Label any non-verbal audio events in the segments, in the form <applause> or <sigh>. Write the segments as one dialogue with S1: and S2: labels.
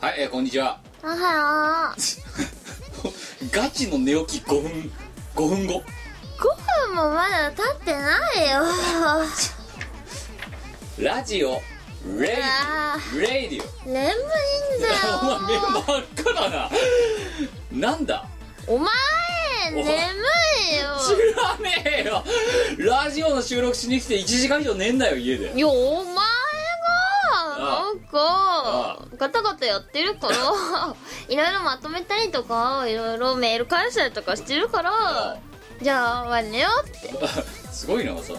S1: はい、えーこんにちは <laughs>
S2: おはよ
S1: ガチの寝起き5分5分後
S2: うご飯もまだ経ってないよ
S1: ラジオレ
S2: あ
S1: イレイディオ
S2: 眠いんだよ
S1: お前目真っ赤だななんだ
S2: お前眠い
S1: 知らねえよラジオの収録しに来て1時間以上寝んだよ家で
S2: よいやお前が
S1: あ
S2: なんかガタガタやってるからいろいろまとめたりとかいろいろメール返したりとかしてるか
S1: あ
S2: らじゃあまあ寝ようって
S1: すごいなさ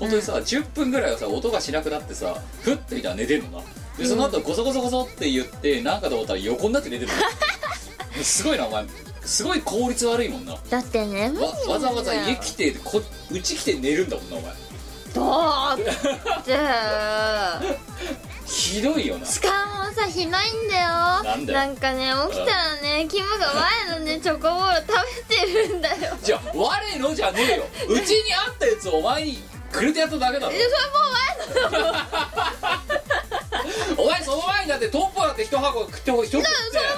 S1: 本当にさ、10分ぐらいはさ音がしなくなってさふって見たら寝てんのなでその後ゴソゴソゴソって言ってなんかと思ったら横になって寝てる <laughs> のすごいなお前すごい効率悪いもんなわ
S2: だって眠いんだよ
S1: わざわざ家来てこうち来て寝るんだもんなお前
S2: だって
S1: ひどいよな
S2: しかもさひどいんだよ
S1: なんだよ
S2: かね起きたらねキムが前のねチョコボール食べてるんだよでそれも
S1: じゃあ我のじゃねえようちにあったやつをお前にくれてやっただけだろ
S2: う前の
S1: お前その前にだってトッポだって一箱食ってほしい
S2: それもくれたや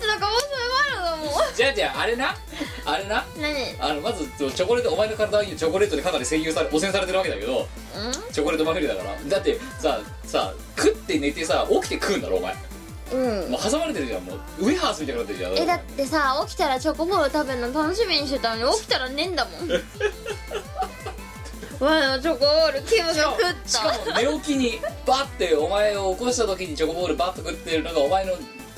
S2: つだからもうそれ前のだもん
S1: じゃあじゃああれなあれな
S2: 何
S1: あのまずチョコレートお前の体にチョコレートで肩で占有され汚染されてるわけだけどチョコレートまみれだからだってささ食って寝てさ起きて食うんだろお前
S2: うんうん
S1: もう挟まれてるじゃんもうウェハースみたいになってるじゃん
S2: えだってさ起きたらチョコボール食べるの楽しみにしてたのに起きたらねえんだ <laughs> もん前のチョコボールキムが
S1: しかも
S2: 食っ
S1: しか
S2: た
S1: も寝起きにバッてお前を起こした時にチョコボールバッと食ってるのがお前の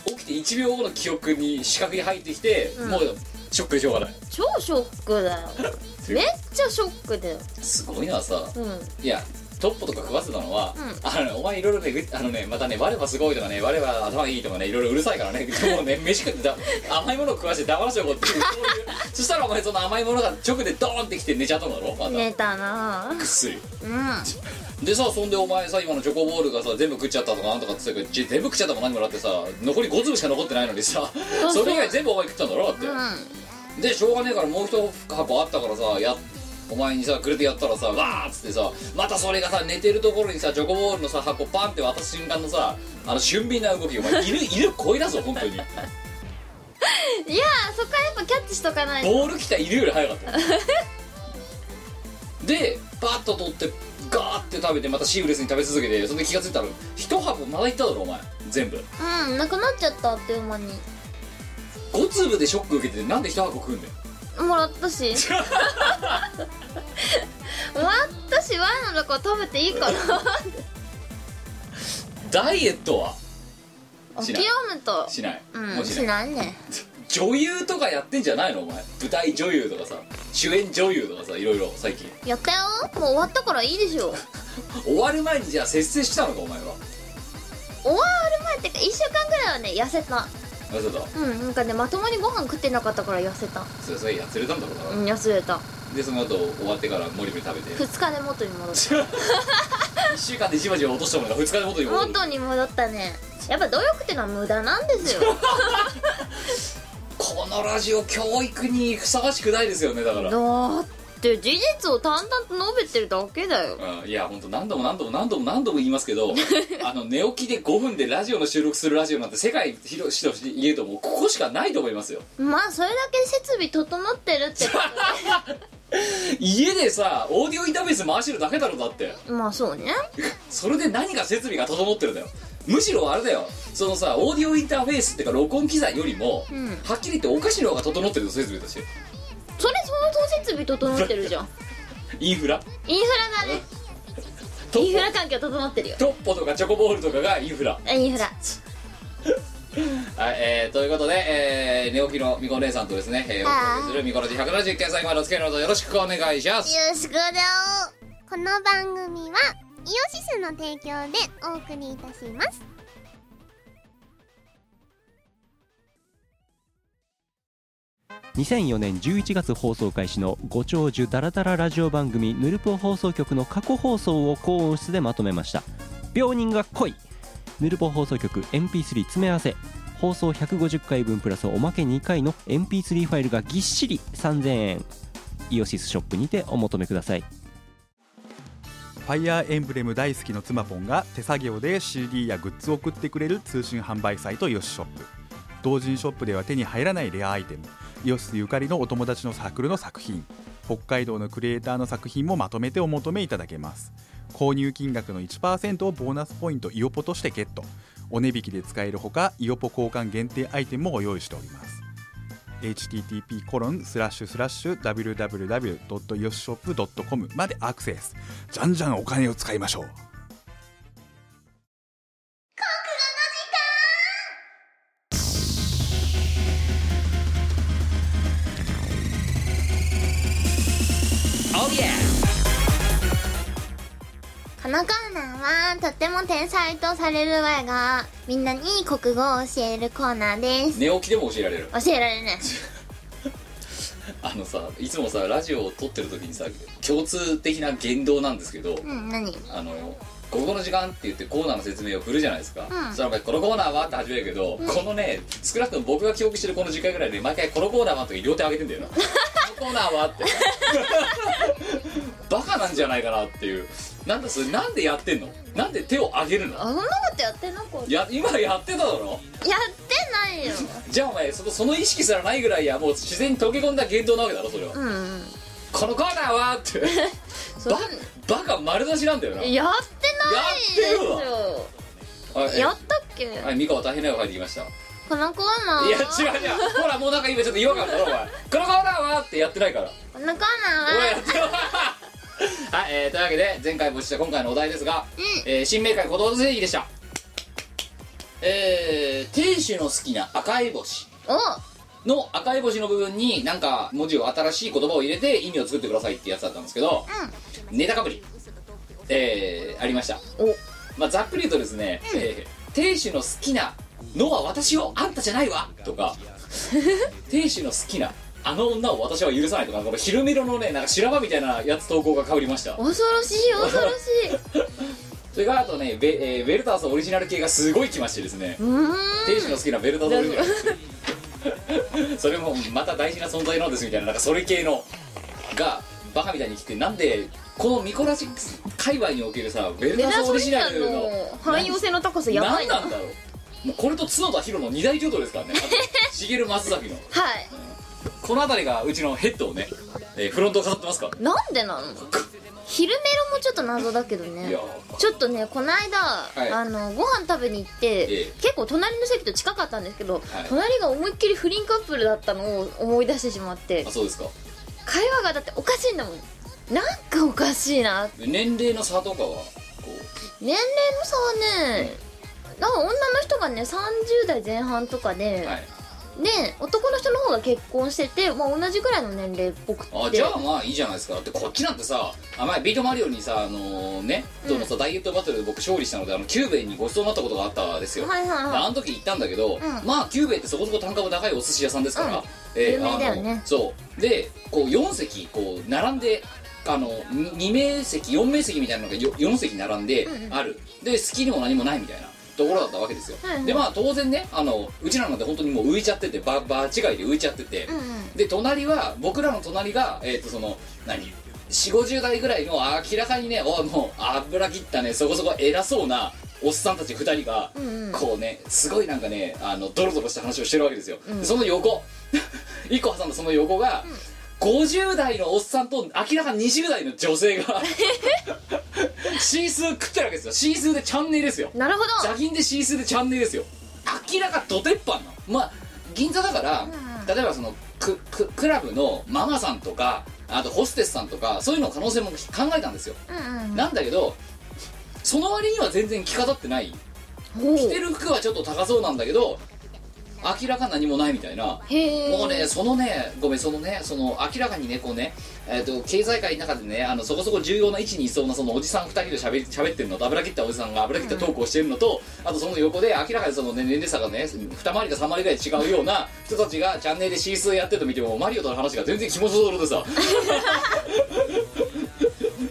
S1: 起きて1秒後の記憶に視覚に入ってきて、
S2: うん
S1: もうショックでしょうがない
S2: 超ショックだよ <laughs> めっちゃショックだよ
S1: すごいなさ
S2: うん
S1: いやトッポとか食わせたのは、
S2: うん
S1: あのねお前いろいろねぐあのねまたね我はすごいとかね我は頭いいとかねいろいろうるさいからね <laughs> もうね飯食ってだ甘いものを食わして黙らせようっていうそういうそしたらお前その甘いものが直でドーンってきて寝ちゃったんだろまた、
S2: 寝たな
S1: くっすり
S2: うん
S1: でさそんでお前さ今のチョコボールがさ全部食っちゃったとかなんとかって言ってたけどじ全部食っちゃったもん何もらってさ残り5粒しか残ってないのにさ
S2: そう
S1: <laughs> それ以外全部お前食ったんだろだって、
S2: う
S1: でしょうがねえからもう一箱あったからさやお前にさくれてやったらさわーっつってさまたそれがさ寝てるところにさチョコボールのさ箱パンって渡す瞬間のさあの俊敏な動きお前犬犬恋だぞ本当に
S2: んいやーそこはやっぱキャッチしとかないと
S1: ボール来た犬より早
S2: <laughs>
S1: かったでパッと取ってガーって食べてまたシームレスに食べ続けてそんで気が付いたら一箱まだいっただろお前全部
S2: うんなくなっちゃったあっという間に
S1: 5粒でショック受けててなんで一箱食うんだよ
S2: もらったしもらったしワイのとこ食べていいかな
S1: ダイエットはし
S2: 諦
S1: ない
S2: めた
S1: しない、
S2: う
S1: も
S2: ん
S1: う
S2: しないね
S1: 女優とかやってんじゃないのお前舞台女優とかさ主演女優とかさいろいろ最近
S2: やったよもう終わったからいいでしょ
S1: 終わる前にじゃあ節制したのかお前は
S2: 終わる前ってか1週間ぐらいはね痩せた
S1: なぜだ
S2: うんなんかねまともにご飯食ってなかったから痩せた
S1: それそれやってれたんだろうな、
S2: うん痩せれた
S1: でその後終わってからモリモリ食べて
S2: 2日で元に戻っ
S1: 1週間でじわじわ落としたものが2日で元に
S2: た
S1: 戻る
S2: 元に戻ったねやっぱ努力ってのは無駄なんですよ
S1: このラジオ教育にふさわしくないですよねだから
S2: だって事実を淡々と述べてるだけだよ
S1: うんいや本当何度も何度も何度も何度も言います
S2: <laughs>
S1: けどあの寝起きで5分でラジオの収録するラジオなんて世界広しとして言えともうここしかないと思いますよ
S2: まあそれだけ設備整ってるってこ
S1: 家でさオーディオインターフェース回してるだけだろだって
S2: とまあそうね
S1: それで何が設備が整ってるんだよむしろあれだよそのさオーディオインターフェースっていうか録音機材よりも、
S2: うん
S1: はっきり言ってお菓子の方が整ってるよ設備として
S2: それ相当設備整ってるじゃん
S1: インフラ
S2: インフラだね
S1: ト
S2: イン
S1: ッ
S2: フラ環境整ってるよ
S1: ポトッポとかチョコボールとかがインフラ
S2: インフラ
S1: はい、えー、ということで、えー、寝起きのみこ姉さんとですね、えー、
S2: は
S1: お
S2: い
S1: 届けするみこのじ170回最後までお付き合いのほどよろしくお願いします
S3: よろしくだこの番組はイオシスの提供でお送りいたします
S4: 2004年11月放送開始のご長寿ダラダララジオ番組ヌルポ放送局の過去放送を高音質でまとめました病人が来いヌルポ放送局 MP3 詰め合わせ放送150回分プラスおまけ2回の MP3 ファイルがぎっしり3000円イオシスショップにてお求めください
S5: ファイアーエンブレム大好きの妻ポンが手作業で CD やグッズを送ってくれる通信販売サイトイオシショップ同人ショップでは手に入らないレアアイテムイオシスゆかりのお友達のサークルの作品北海道のクリエイターの作品もまとめてお求めいただけます購入金額の1%をボーナスポイントイオポとしてゲットお値引きで使えるほかイオポ交換限定アイテムもご用意しております http コロンスラッシュスラッシュ www.yoshop.com までアクセスじゃんじゃんお金を使いましょう
S3: このコーナーはとっても天才とされる我がみんなに国語を教えるコーナーです
S1: 寝起きでも教えられる
S2: 教えられない
S1: あのさいつもさラジオを撮ってる時にさ共通的な言動なんですけど、
S2: うん何
S1: あの「ここの時間」って言ってコーナーの説明を振るじゃないですか、それはこのコーナーはって始めるけど、このね少なくとも僕が記憶してるこの時間ぐらいで毎回「このコーナーは」とか両手上げてんだよな「このコーナーは」ってバカなんじゃないかなっていうなんだそれなんでやってんのなんで手を上げる
S2: あそ
S1: の
S2: んなことやってんのこれや
S1: や今やってただろ
S2: ってないよ
S1: じゃあお前そのその意識すらないぐらいやもう自然に溶け込んだ言動なわけだろそれは、
S2: うんうん
S1: このコーナーはって
S2: <laughs> そん
S1: ババカ丸出しなんだよな
S2: やってないでし
S1: やってる
S2: ょ
S1: はい
S2: やったっけ
S1: はい美香は大変な絵を描いてきました
S2: このコーナーはい
S1: や違う違うほらもうなんか今ちょっと違和感あるだろお前このコーナーはってやってないから
S2: このコーナー
S1: 俺
S2: は
S1: やってない <laughs> はい、えー、というわけで前回募集した今回のお題ですが、えー新明解子供の正義でしたえー、亭主の好きな赤い星
S2: お
S1: の赤い星の部分になんか文字を新しい言葉を入れて意味を作ってくださいってやつだったんですけど、ネタかぶりえー、ありました
S2: お
S1: まあ、ざっくり言うとですね、えー亭主の好きなのは私をあんたじゃないわとか亭主の好きなあの女を私は許さないとかこの昼メロのねなんか修羅場みたいなやつ投稿がかぶりました
S2: 恐ろしい恐ろ <laughs> しい
S1: それからあとねベ、えーベルタースオリジナル系がすごいきましてですね
S2: うーん
S1: 亭主の好きなベルタースオリジナル <laughs> それもまた大事な存在なんですみたいななんかそれ系のがバカみたいに来てなんでこのミコラジ界隈におけるさベル
S2: レ
S1: タ
S2: ダ
S1: ース
S2: ソ
S1: オリ
S2: リ
S1: ジ
S2: ジ
S1: ナ
S2: ナ
S1: ル
S2: ル
S1: の
S2: の汎用性の高さやばい
S1: 何
S2: な
S1: なんだろうもうこれと角田博の二大巨頭ですからねあと茂松崎の
S2: はい
S1: この辺りがうちのヘッドをね、えーフロントを飾ってますから
S2: なんでなの昼メロもちょっと謎だけど
S1: い
S2: ね
S1: やー
S2: ちょっとねこの間、
S1: い
S2: あのご飯食べに行っ
S1: え
S2: て、
S1: え
S2: 結構隣の席と近かったんですけど、
S1: い
S2: 隣が思いっきり不倫カップルだったのを思い出してしまって
S1: あそうですか
S2: 会話がだっておかしいんだもんなんかおかしいな
S1: 年齢の差とかはこ
S2: 年齢の差はね、なんか女の人がね30代前半とかで、
S1: うはい
S2: で男の人の方が結婚してて、まあ、同じぐらいの年齢っぽくて
S1: あじゃあまあいいじゃないですかだってこっちなんてさあ前ビートマリオにさあのーね
S2: うん
S1: とのさ、ダイエットバトルで僕勝利したのであのキューベにご馳走になったことがあったんですよ、
S2: はいはいはい
S1: であの時行ったんだけど、
S2: ん
S1: まあキューベってそこそこ単価も高いお寿司屋さんですから、
S2: うん
S1: え
S2: 有名だよね
S1: あのそうでこう4席こう並んであの2名席4名席みたいなのが 4, 席並んで
S2: うんうん
S1: ある、で好きにも何もないみたいなところだったわけですよ、
S2: はいはい
S1: でまあ当然ねあのうちらなんて本当にもう浮いちゃっててばば違いで浮いちゃってて、
S2: うんうん
S1: で隣は僕らの隣がえっ、とその何4 5 0代ぐらいの明らかにねおもう油切ったねそこそこ偉そうなおっさんたち2人が、
S2: んうん
S1: こうねすごいなんかねあのドロドロした話をしてるわけですよ、でその横 <laughs> 一個挟んだその横が、50代のおっさんと明らかに20代の女性
S2: <laughs>
S1: がシースー食ってるわけですよシースーでチャンネルですよ
S2: なるほど
S1: ザギンでシースーでチャンネルですよ明らかド鉄板なのまあ銀座だから、例えばそのクククラブのママさんとかあとホステスさんとかそういうの可能性も考えたんですよ、なんだけどその割には全然着飾ってない
S2: おう
S1: 着てる服はちょっと高そうなんだけど明らか何もないみたいな
S2: へえ
S1: もうねそのねごめんそのねその明らかにねこうね、えー、と経済界の中でねあのそこそこ重要な位置にいそうなそのおじさん2人で喋り喋ってるのと油切ったおじさんが油切ったトークをしてるのと、あとその横で明らかにその、ね、年齢差がね2回りか3回りぐらい違うような人たちがチャンネルでシースーやってると見てもマリオとの話が全然気持ちそぞろでさ「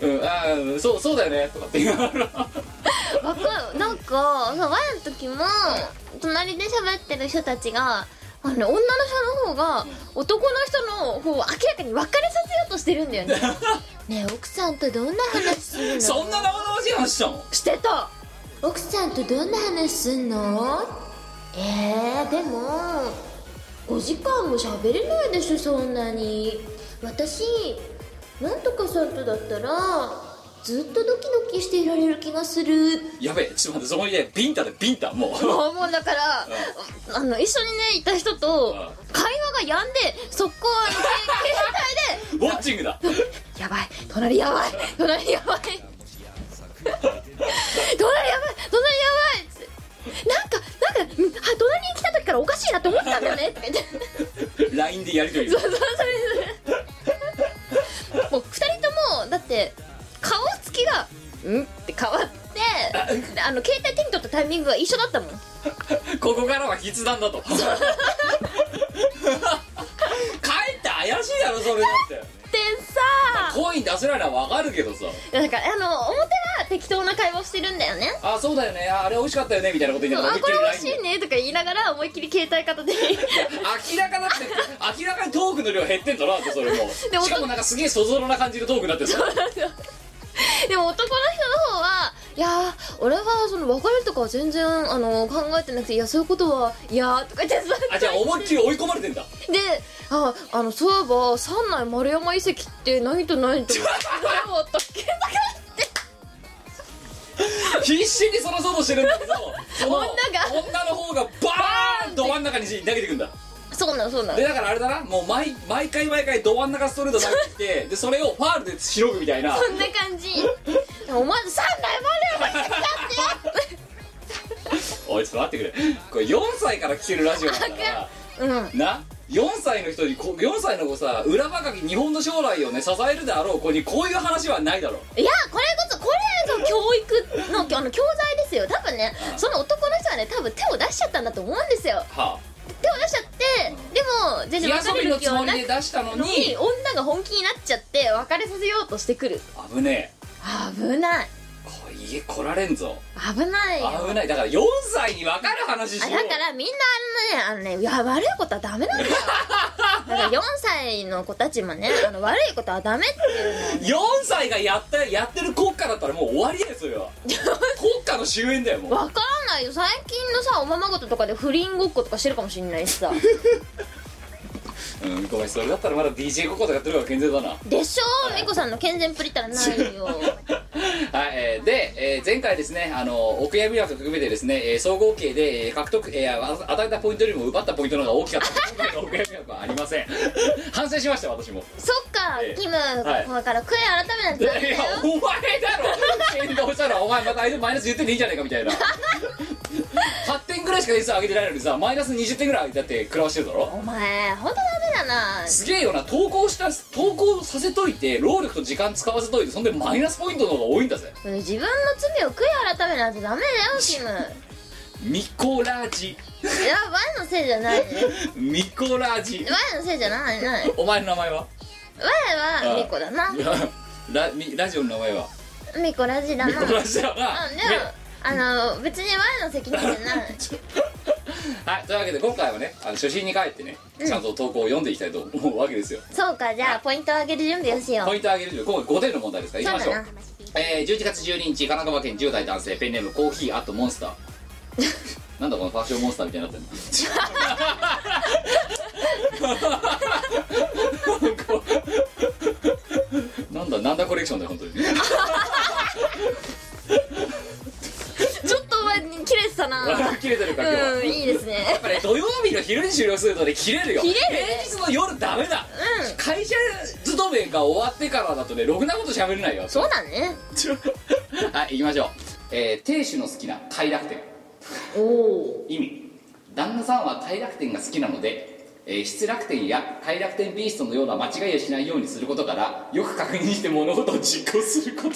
S1: うん、あーそうそうだよね」とかって言いながら
S2: わかるなんかさワイの時も隣で喋ってる人たちがあの女の人の方が男の人の方を明らかに別れさせよっとしてるんだよね
S3: <laughs> ねえ奥さんとどんな話するの
S1: そんな生々しい話したの
S2: してた
S3: 奥さんとどんな話すんのえー、でも5時間も喋れないでしょそんなに私なんとかさんとだったらずっとドキドキしていられる気がする
S1: やべえちょっと待ってそこにねビンタでビンタも
S2: <laughs>
S1: う
S2: もうもうだから、あの一緒にねいた人と
S1: うん
S2: 会話がやんで速攻あの携携帯
S1: ウォッチングだ
S2: で「やばい隣やばい隣やば
S1: <laughs>
S2: い隣やばい隣やばい」っつってなんかなんかうんは隣に来た時からおかしいなと思ったんだよね」とか言って <laughs>
S1: LINE でやりとり
S2: そうそうそれそれもう二人ともだって顔つきが「ん?」って変わってであの携帯手に取ったタイミングが一緒だったもん
S1: ここからは筆談だと帰って怪しいだろそれだって
S2: でさ
S1: コイン出せないのはわかるけどさ
S2: なんかあの表は適当な会話をしてるんだよね
S1: あそうだよねああれ美味しかったよねみたいなこと言
S2: そ
S1: っ
S2: う
S1: て
S2: あこれ美味
S1: LINE
S2: しいねとか言いながら思いっきり携帯片 <laughs> 手に
S1: 明らかだって明らかにトークの量減ってんだなってそれも
S2: でも
S1: しかもなんかすげえそぞろな感じのトークになってさ
S2: でも男の人の方はいやー俺はその別れとかは全然あの考えてなくていやそういうことはいやーとか言 <laughs> ってさ
S1: あじゃあ思いっきり追い込まれてんだ
S2: でああのそういえば三内丸山遺跡って何と何とど <laughs> れもあったっけとか
S1: 必死にそらそうとしてるんだけどその
S2: 女が
S1: 女の方がバーンど真ん中に投げてくんだ
S2: そうなのそうなの
S1: でだからあれだなもう毎毎回毎回ど真ん中ストレート投げてきてでそれをファールでしのぐみたいな
S2: そんな感じでもお前三内丸山遺跡だって
S1: おいちょっと待ってくれこれ4歳から聞けるラジオなんだから
S2: <laughs> うん
S1: な4歳の人にこ4歳の子さ裏ばかき日本の将来をね支えるであろう子にこういう話はないだろう
S2: いやこれこそこれが教育のあの教材ですよ多分ね
S1: うん
S2: その男の人はね多分手を出しちゃったんだと思うんですよ
S1: は
S2: 手を出しちゃってでも全
S1: あ
S2: 然別れ
S1: 火遊び
S2: る
S1: の
S2: 気
S1: つ
S2: は
S1: も
S2: な
S1: り
S2: く
S1: で出したの
S2: に
S1: に
S2: 女が本気になっちゃって別れさせようとしてくる
S1: 危ねえ
S2: 危ない
S1: これ家来られんぞ
S2: 危ないよ
S1: 危ないだから4歳に分かる話
S2: あ
S1: しよう
S2: だからみんなあのねあのねいや悪いことはダメなんだよだから4歳の子たちもねあの悪いことはダメっていうのは
S1: 4歳がやったやってる国家だったらもう終わりだよそ
S2: <laughs>
S1: れは国家の終焉だよもう
S2: わからないよ最近のさおままごととかで不倫ごっことかしてるかもしんないしさ
S1: うんごめんそれだったらまだ DJ ココとかやってる方が健全だなは
S2: でしょみこさんの健全プリったらない <laughs> よ
S1: <laughs> い、えーで、えー前回ですねあのお悔やみ枠含めてですね、えー総合計で、えー獲得、えーあ与えたポイントよりも奪ったポイントの方が大きかった今回のお悔やみ枠はありません <laughs> 反省しました私も
S2: そっか
S1: ええ
S2: キム、
S1: はい
S2: これから悔い改めなん
S1: い
S2: て
S1: や
S2: ダメだよ
S1: お前だろ <laughs> 先導したらお前またあいつマイナス言ってねいいじゃないかみたいな8点ぐらいしか点数上げてないのにさマイナス20点ぐらいだって食らわしてるだろ
S2: お前ほんとダメだな
S1: すげえよな投稿した投稿させといて労力と時間使わせといてそんでマイナスポイントの方が多いんだぜ
S2: 自分の罪を悔い改めなんてダメだよキムいや
S1: ミコラジ
S2: ワイのせいじゃないね
S1: ミコラジ
S2: ワイのせいじゃないない
S1: お前の名前は
S2: ワイは
S1: ああ
S2: ミコだない
S1: やラミラジオの名前は
S2: ミコラジだ
S1: ミ
S2: な
S1: コラジだよな
S2: あでも
S1: ね
S2: あの別にワイの責任じ
S1: <laughs>
S2: ゃない
S1: はいというわけで今回はねあの初心に帰ってねちゃんと投稿を読んでいきたいと思うわけですよ
S2: そうかじゃあポイントを上げる準備をしよ
S1: ポ
S2: う
S1: イント上げるという今回5点の問題ですからいき
S2: そ
S1: ま
S2: う
S1: しょ
S2: だ
S1: う
S2: な
S1: えー、11月12日神奈川県10代男性ペンネームコーヒーアットモンス
S2: <laughs>
S1: ターなんだこのファッションモンスターみたいになってん
S2: <laughs>
S1: のなんだなんだコレクションだよ本当に
S2: ちょっとお前に切れてたな
S1: <laughs> 切れてるから今日は、
S2: うんいいですね
S1: やっぱね土曜日の昼に終了するとね切れるよ
S2: 切れる
S1: 平日の夜ダメだ、
S2: うん
S1: 会社勤めが終わってからだとねろくなこと喋れないよ
S2: そうだね
S1: ちょはい行きましょう、えー、亭主の好きな快楽天
S2: おお
S1: 意味旦那さんは快楽天が好きなので、えー失楽天や快楽天ビーストのような間違いをしないようにすることからよく確認して物事を実行すること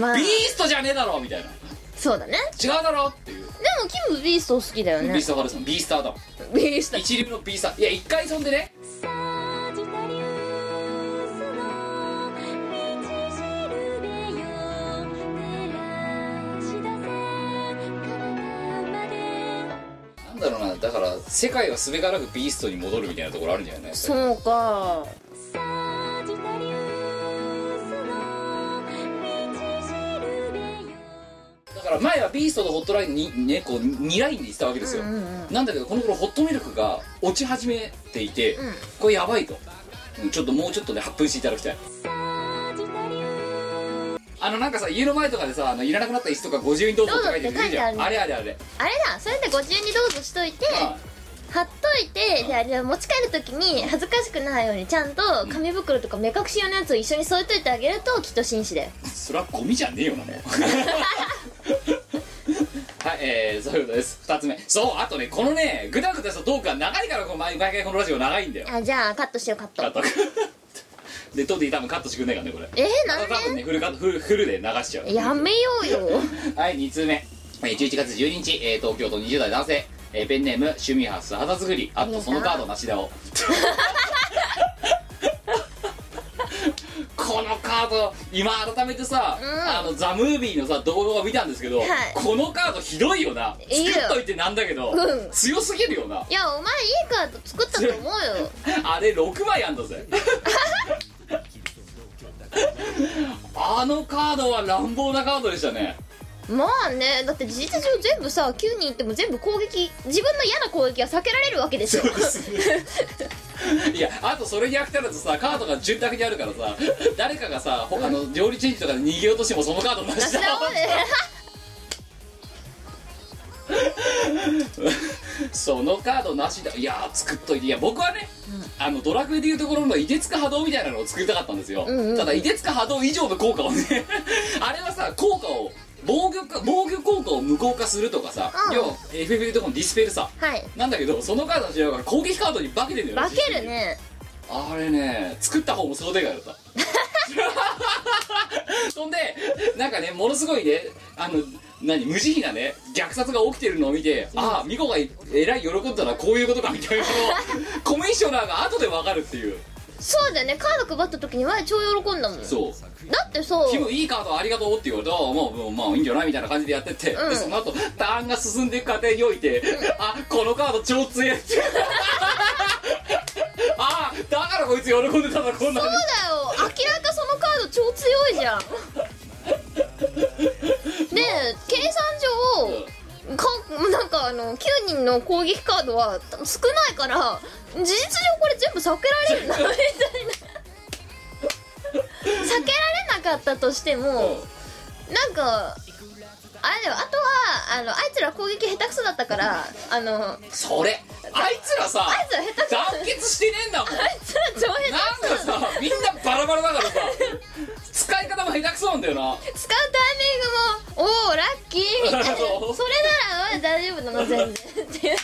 S2: まあ
S1: ビーストじゃねえだろみたいな
S2: そうだね
S1: 違うだろっていう
S2: でもキムビースト好きだよ
S1: ビー
S2: ね
S1: ストハルソンビースターだもん
S2: ビースト
S1: 一流のビースターいや一回そんでねなんだろうなだから世界はすべからくビーストに戻るみたいなところあるんじゃないのやっぱり
S2: そうか
S1: だから前はビーストとホットラインに、ね、こう2ラインでいってたわけですよ、
S2: うんうん
S1: なんだけどこの頃ホットミルクが落ち始めていて、これやばいとうんちょっともうちょっとね発奮していただきたいあのなんかさ家の前とかでさあのいらなくなった椅子とか50円どうぞって書いてるじゃん
S2: どうぞって書いてあ
S1: あれあれあれ
S2: あれだそれでご自由にどうぞしといて
S1: あ
S2: 貼っといてであれだ持ち帰る時に恥ずかしくないようにちゃんと紙袋とか目隠し用のやつを一緒に添えといてあげるときっと紳士だよ
S1: それはゴミじゃねえ
S2: <laughs>
S1: よなもうはいえー、そういうことです2つ目そうあとねこのねグダグダしたトークが長いからこの毎毎回このラジオ長いんだよ
S2: あじゃあカットしてよカット
S1: あと <laughs> でトディ多分カットしてくんないからねこれ
S2: えー、
S1: あ
S2: なん
S1: 多分ねフルカフルフルで流しちゃう
S2: でやめよう <laughs> よ
S1: はい2通目、えー、11月12日、えー東京都20代男性、えーペンネーム趣味発肌作りあとそのカードなし
S2: <laughs>
S1: だをこのカード今改めてさ、
S2: ん
S1: あのザ・ムービーのさ動画を見たんですけど、
S2: い
S1: このカードひどいよない
S2: いよ
S1: 作っといてなんだけど、
S2: うん
S1: 強すぎるよない
S2: やお前いいカード作ったと思うよ
S1: あれ6枚あんだぜあのカードは乱暴なカードでしたね
S2: まあねだって事実上全部さ9人いっても全部攻撃自分の嫌な攻撃は避けられるわけですよ <laughs>
S1: いやあとそれに飽きたらずさカードが潤沢にあるからさ誰かがさ他の料理チェンジとかで逃げようとしてもそのカードなしだ
S2: 頭をね
S1: <laughs> そのカードなしだいやー作っといていや僕はね、あのドラクエでいうところの凍てつく波動みたいなのを作りたかったんですよ、
S2: んうんうん
S1: ただ凍てつく波動以上の効果をね <laughs> あれはさ効果を防御か防御効果を無効化するとかさ、
S2: うん
S1: 要は FF でいうところのディスペルさ
S2: はい
S1: なんだけどそのカードの違いは攻撃カードに化けてんだよね
S2: 化けるね
S1: あれね作った方も想定外だった <laughs> そんでなんかねものすごいねあの何無慈悲なね虐殺が起きてるのを見て、ああ美子がえらい喜んだのはこういうことかみたいなのを <laughs> コミッショナーが後で分かるっていう
S2: そうだよねカード配った時にわい超喜んだもんだ
S1: そう
S2: ってそう
S1: 「キムいいカードありがとう」って言われて「ああもうもうまあいいんじゃない?」みたいな感じでやってって、
S2: うん
S1: でその後ターンが進んでいく過程において「あこのカード超強い」って <laughs> ああだからこいつ喜んでたんだこん
S2: そうだ
S1: なに
S2: よ明らかそのカード超強いじゃんで計算
S1: うん
S2: 上かなんかあの9人の攻撃カードは少ないから事実上これ全部避けられるなみたいな避けられなかったとしてもなんかあれだよあとはあのあいつら攻撃下手くそだったからあのあい
S1: それあいつらさ
S2: つら下手くそ
S1: 団
S2: あい
S1: 結してねえ
S2: <laughs>
S1: んだもんな
S2: つら超下手
S1: んかさみんなバラバラだからさ使い方も下手くそなんだよな
S2: 使うタイミングも「おおラッキー」みたいな
S1: そう
S2: それなら大丈夫なの全然っていう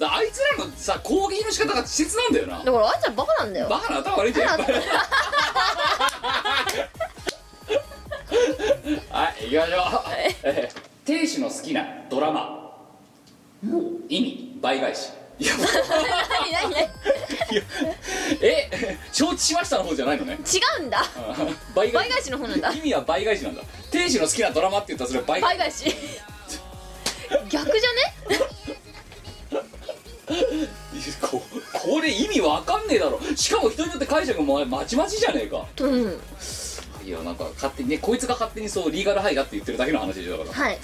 S1: だあいつらのさ攻撃の仕方が稚拙なんだよな
S2: だからあいつらバカなんだよ
S1: バカな頭悪いんだよ
S2: <laughs>
S1: やっぱりはい行きましょう、えー亭主の好きなドラマ意味倍返しいや
S2: 何何何違
S1: <laughs> いやえ承知しましたの方じゃないのね
S2: うんだ
S1: うん倍
S2: 倍返しの方なんだ
S1: 意味は倍返しなんだ亭主の好きなドラマって言ったらそれは倍
S2: 倍返し逆じゃね
S1: ここれ意味わかんねえだろしかも人によって解釈もまちまちじゃねえか
S2: うん
S1: いやなんか勝手にねこいつが勝手にそうリーガルハイだって言ってるだけの話でしょだか
S2: はい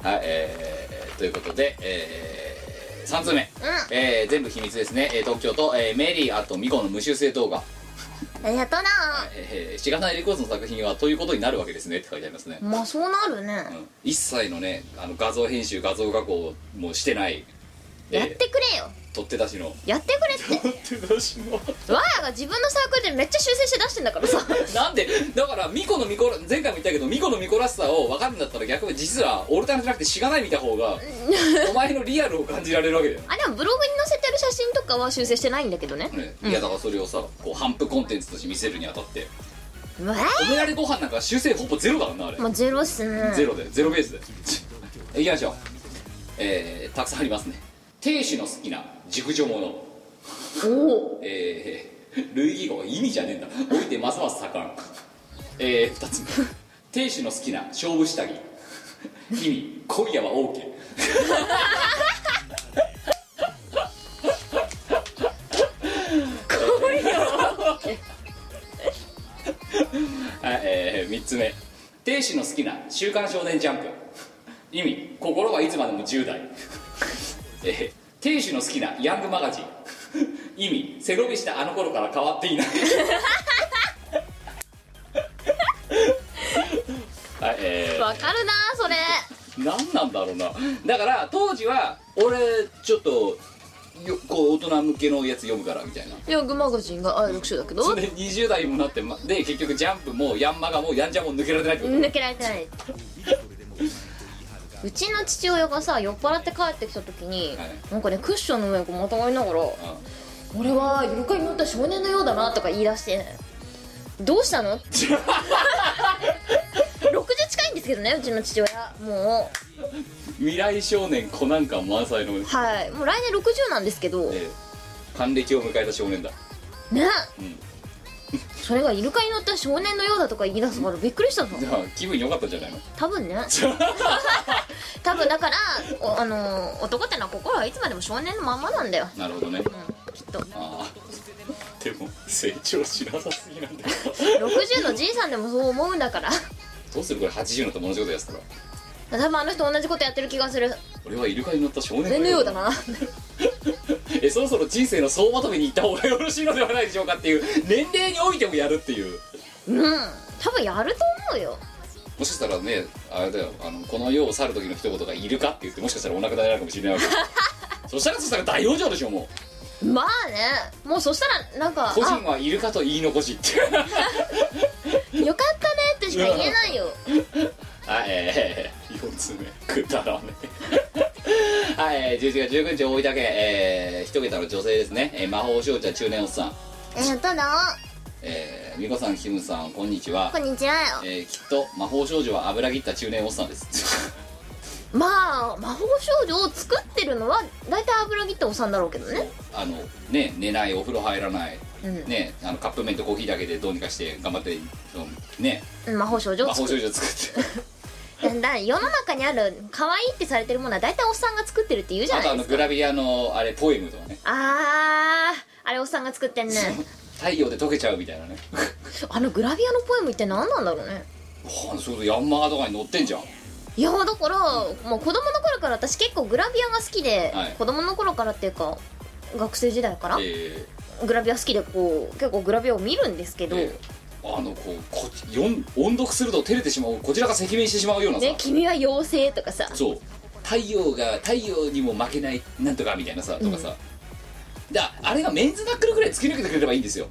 S1: らはいえー、ということでえー、3通目、
S2: ん
S1: えー全部秘密ですね、えー東京都、えーメリーあとミコの無修正動画
S2: ありがとうな
S1: えーしがないレコーズの作品はということになるわけですねって書いてありますね、
S2: まあそうなる
S1: う
S2: ね
S1: ん一切のねあの画像編集画像加工もしてない、えー
S2: やってくれよ
S1: 取って出しの
S2: やってくれって
S1: 取って出しの
S2: わやが自分のサークルでめっちゃ修正して出してんだからさ
S1: なんでだからミコのミコラ前回も言ったけどミコのミコらしさを分かるんだったら逆に実はオルタナじゃなくてしがない見た方がお前のリアルを感じられるわけだよ、
S2: あでもブログに載せてる写真とかは修正してないんだけどね
S1: ねいやだからそれをさこう反復コンテンツとして見せるにあたって
S2: わ
S1: 褒められご飯なんか修正ほぼゼロだからなあれ
S2: まあゼロっすね
S1: ゼロで <laughs> ゼロベースでいきましょうえー、たくさんありますね亭主の好きな熟女ものえー、類義語意味じゃねえんだ置いてますます盛んえー、2つ目亭主の好きな勝負下着意味今夜は OK はい、えー、3つ目天使の好きな「週刊少年ジャンプ」意味心はいつまでも10代、えー、天使の好きな「ヤングマガジン」意味背伸びしたあの頃から変わっていないはいえー
S3: わかるなそれ
S1: 何なんだろうなだから当時は俺ちょっとよこう大人向けのやつ読むからみたいな
S3: ヤングマガジンが愛読書だけど
S1: それで20代にもなってまで結局ジャンプもヤンマガもヤンジャも抜けられてないってこと
S2: 抜けられてないうちの父親がさ酔っ払って帰ってきた時に、
S1: はい
S2: なんかねクッションの上をまたがりながら「俺は妖怪に乗った少年のようだな」とか言い出して「どうした
S1: <laughs>
S2: の?」って60近いんですけどねうちの父親も
S1: 未来少年コナン感満載の、 <laughs>
S2: うはいもう来年60なんですけど
S1: えー還暦を迎えた少年だ
S2: ね、
S1: うん
S2: それがイルカに乗った少年のようだとか言い出すからびっくりしたの
S1: じゃあ気分良かったんじゃないの
S2: 多分
S1: <laughs>
S2: ね多分だからおあのー男ってのは心はいつまでも少年のまんまなんだよ
S1: なるほどね
S2: うんきっと
S1: あ <laughs> あでも成長しなさすぎなんだよ <laughs>
S2: 60のじいさんでもそう思うんだから <laughs>
S1: どうするこれ80になったら同じことやってたら
S2: 多分あの人同じことやってる気がする
S1: 俺はイルカに乗った少
S2: 少年
S1: 年
S2: のようだな
S1: えそろそろ人生の総まとめに行った方がよろしいのではないでしょうかっていう年齢においてもやるっていう
S2: うん多分やると思うよ
S1: もしかしたらねあれだよあのこの世を去る時の一言が「いるか?」って言ってもしかしたらお腹痛になるかもしれないわ
S2: <laughs>
S1: けそしたらそしたら大往生でしょもう
S2: まあねもうそしたらなんか「あ
S1: 個人はいるかと言い残しって
S2: よかったね」ってしか言えないよ
S1: はいえー、4つ目くだらねえはい、えー、11月19日大分県、えー、一桁の女性ですね、えー魔法少女中年おっさん
S2: えっとだ
S1: えー、美子さんキムさんこんにちは
S2: こ、んにちはよ
S1: えー、きっと魔法少女は油切った中年おっさんです
S2: まあ魔法少女を作ってるのは大体油切っておさんだろうけどね
S1: あのね寝ないお風呂入らない
S2: うん
S1: ねあのカップ麺とコーヒーだけでどうにかして頑張ってそのね
S2: うん魔法少女
S1: 魔
S2: を
S1: 法
S2: 作
S1: 少
S2: る
S1: 女作って
S2: だだ世の中にある可愛いってされてるものは大体おっさんが作ってるって言うじゃ
S1: あ
S2: な
S1: とあ
S2: いで
S1: の
S2: す
S1: グ
S2: か
S1: ラビアのあれポエムとかね
S2: あーあれおっさんが作ってんね
S1: 太陽で溶けちゃうみたいなね <laughs>
S2: あのグラビアのポエムって何なんだろうね
S1: あそれこそヤンマガとかに載ってんじゃん
S2: いやだから、まあ、子供の頃から私結構グラビアが好きで、
S1: はい
S2: 子供の頃からっていうか学生時代から
S1: え
S2: グラビア好きでこう結構グラビアを見るんですけ
S1: ー
S2: ど、
S1: えーあのこうこよん音読すると照れてしまうこちらが赤面してしまうようなさ、
S2: ね「君は妖精」とかさ
S1: そう太陽が太陽にも負けないなんとかみたいなさとかさ、だあれがメンズナックルぐらい突き抜けてくれればいいんで
S2: <laughs>
S1: すよ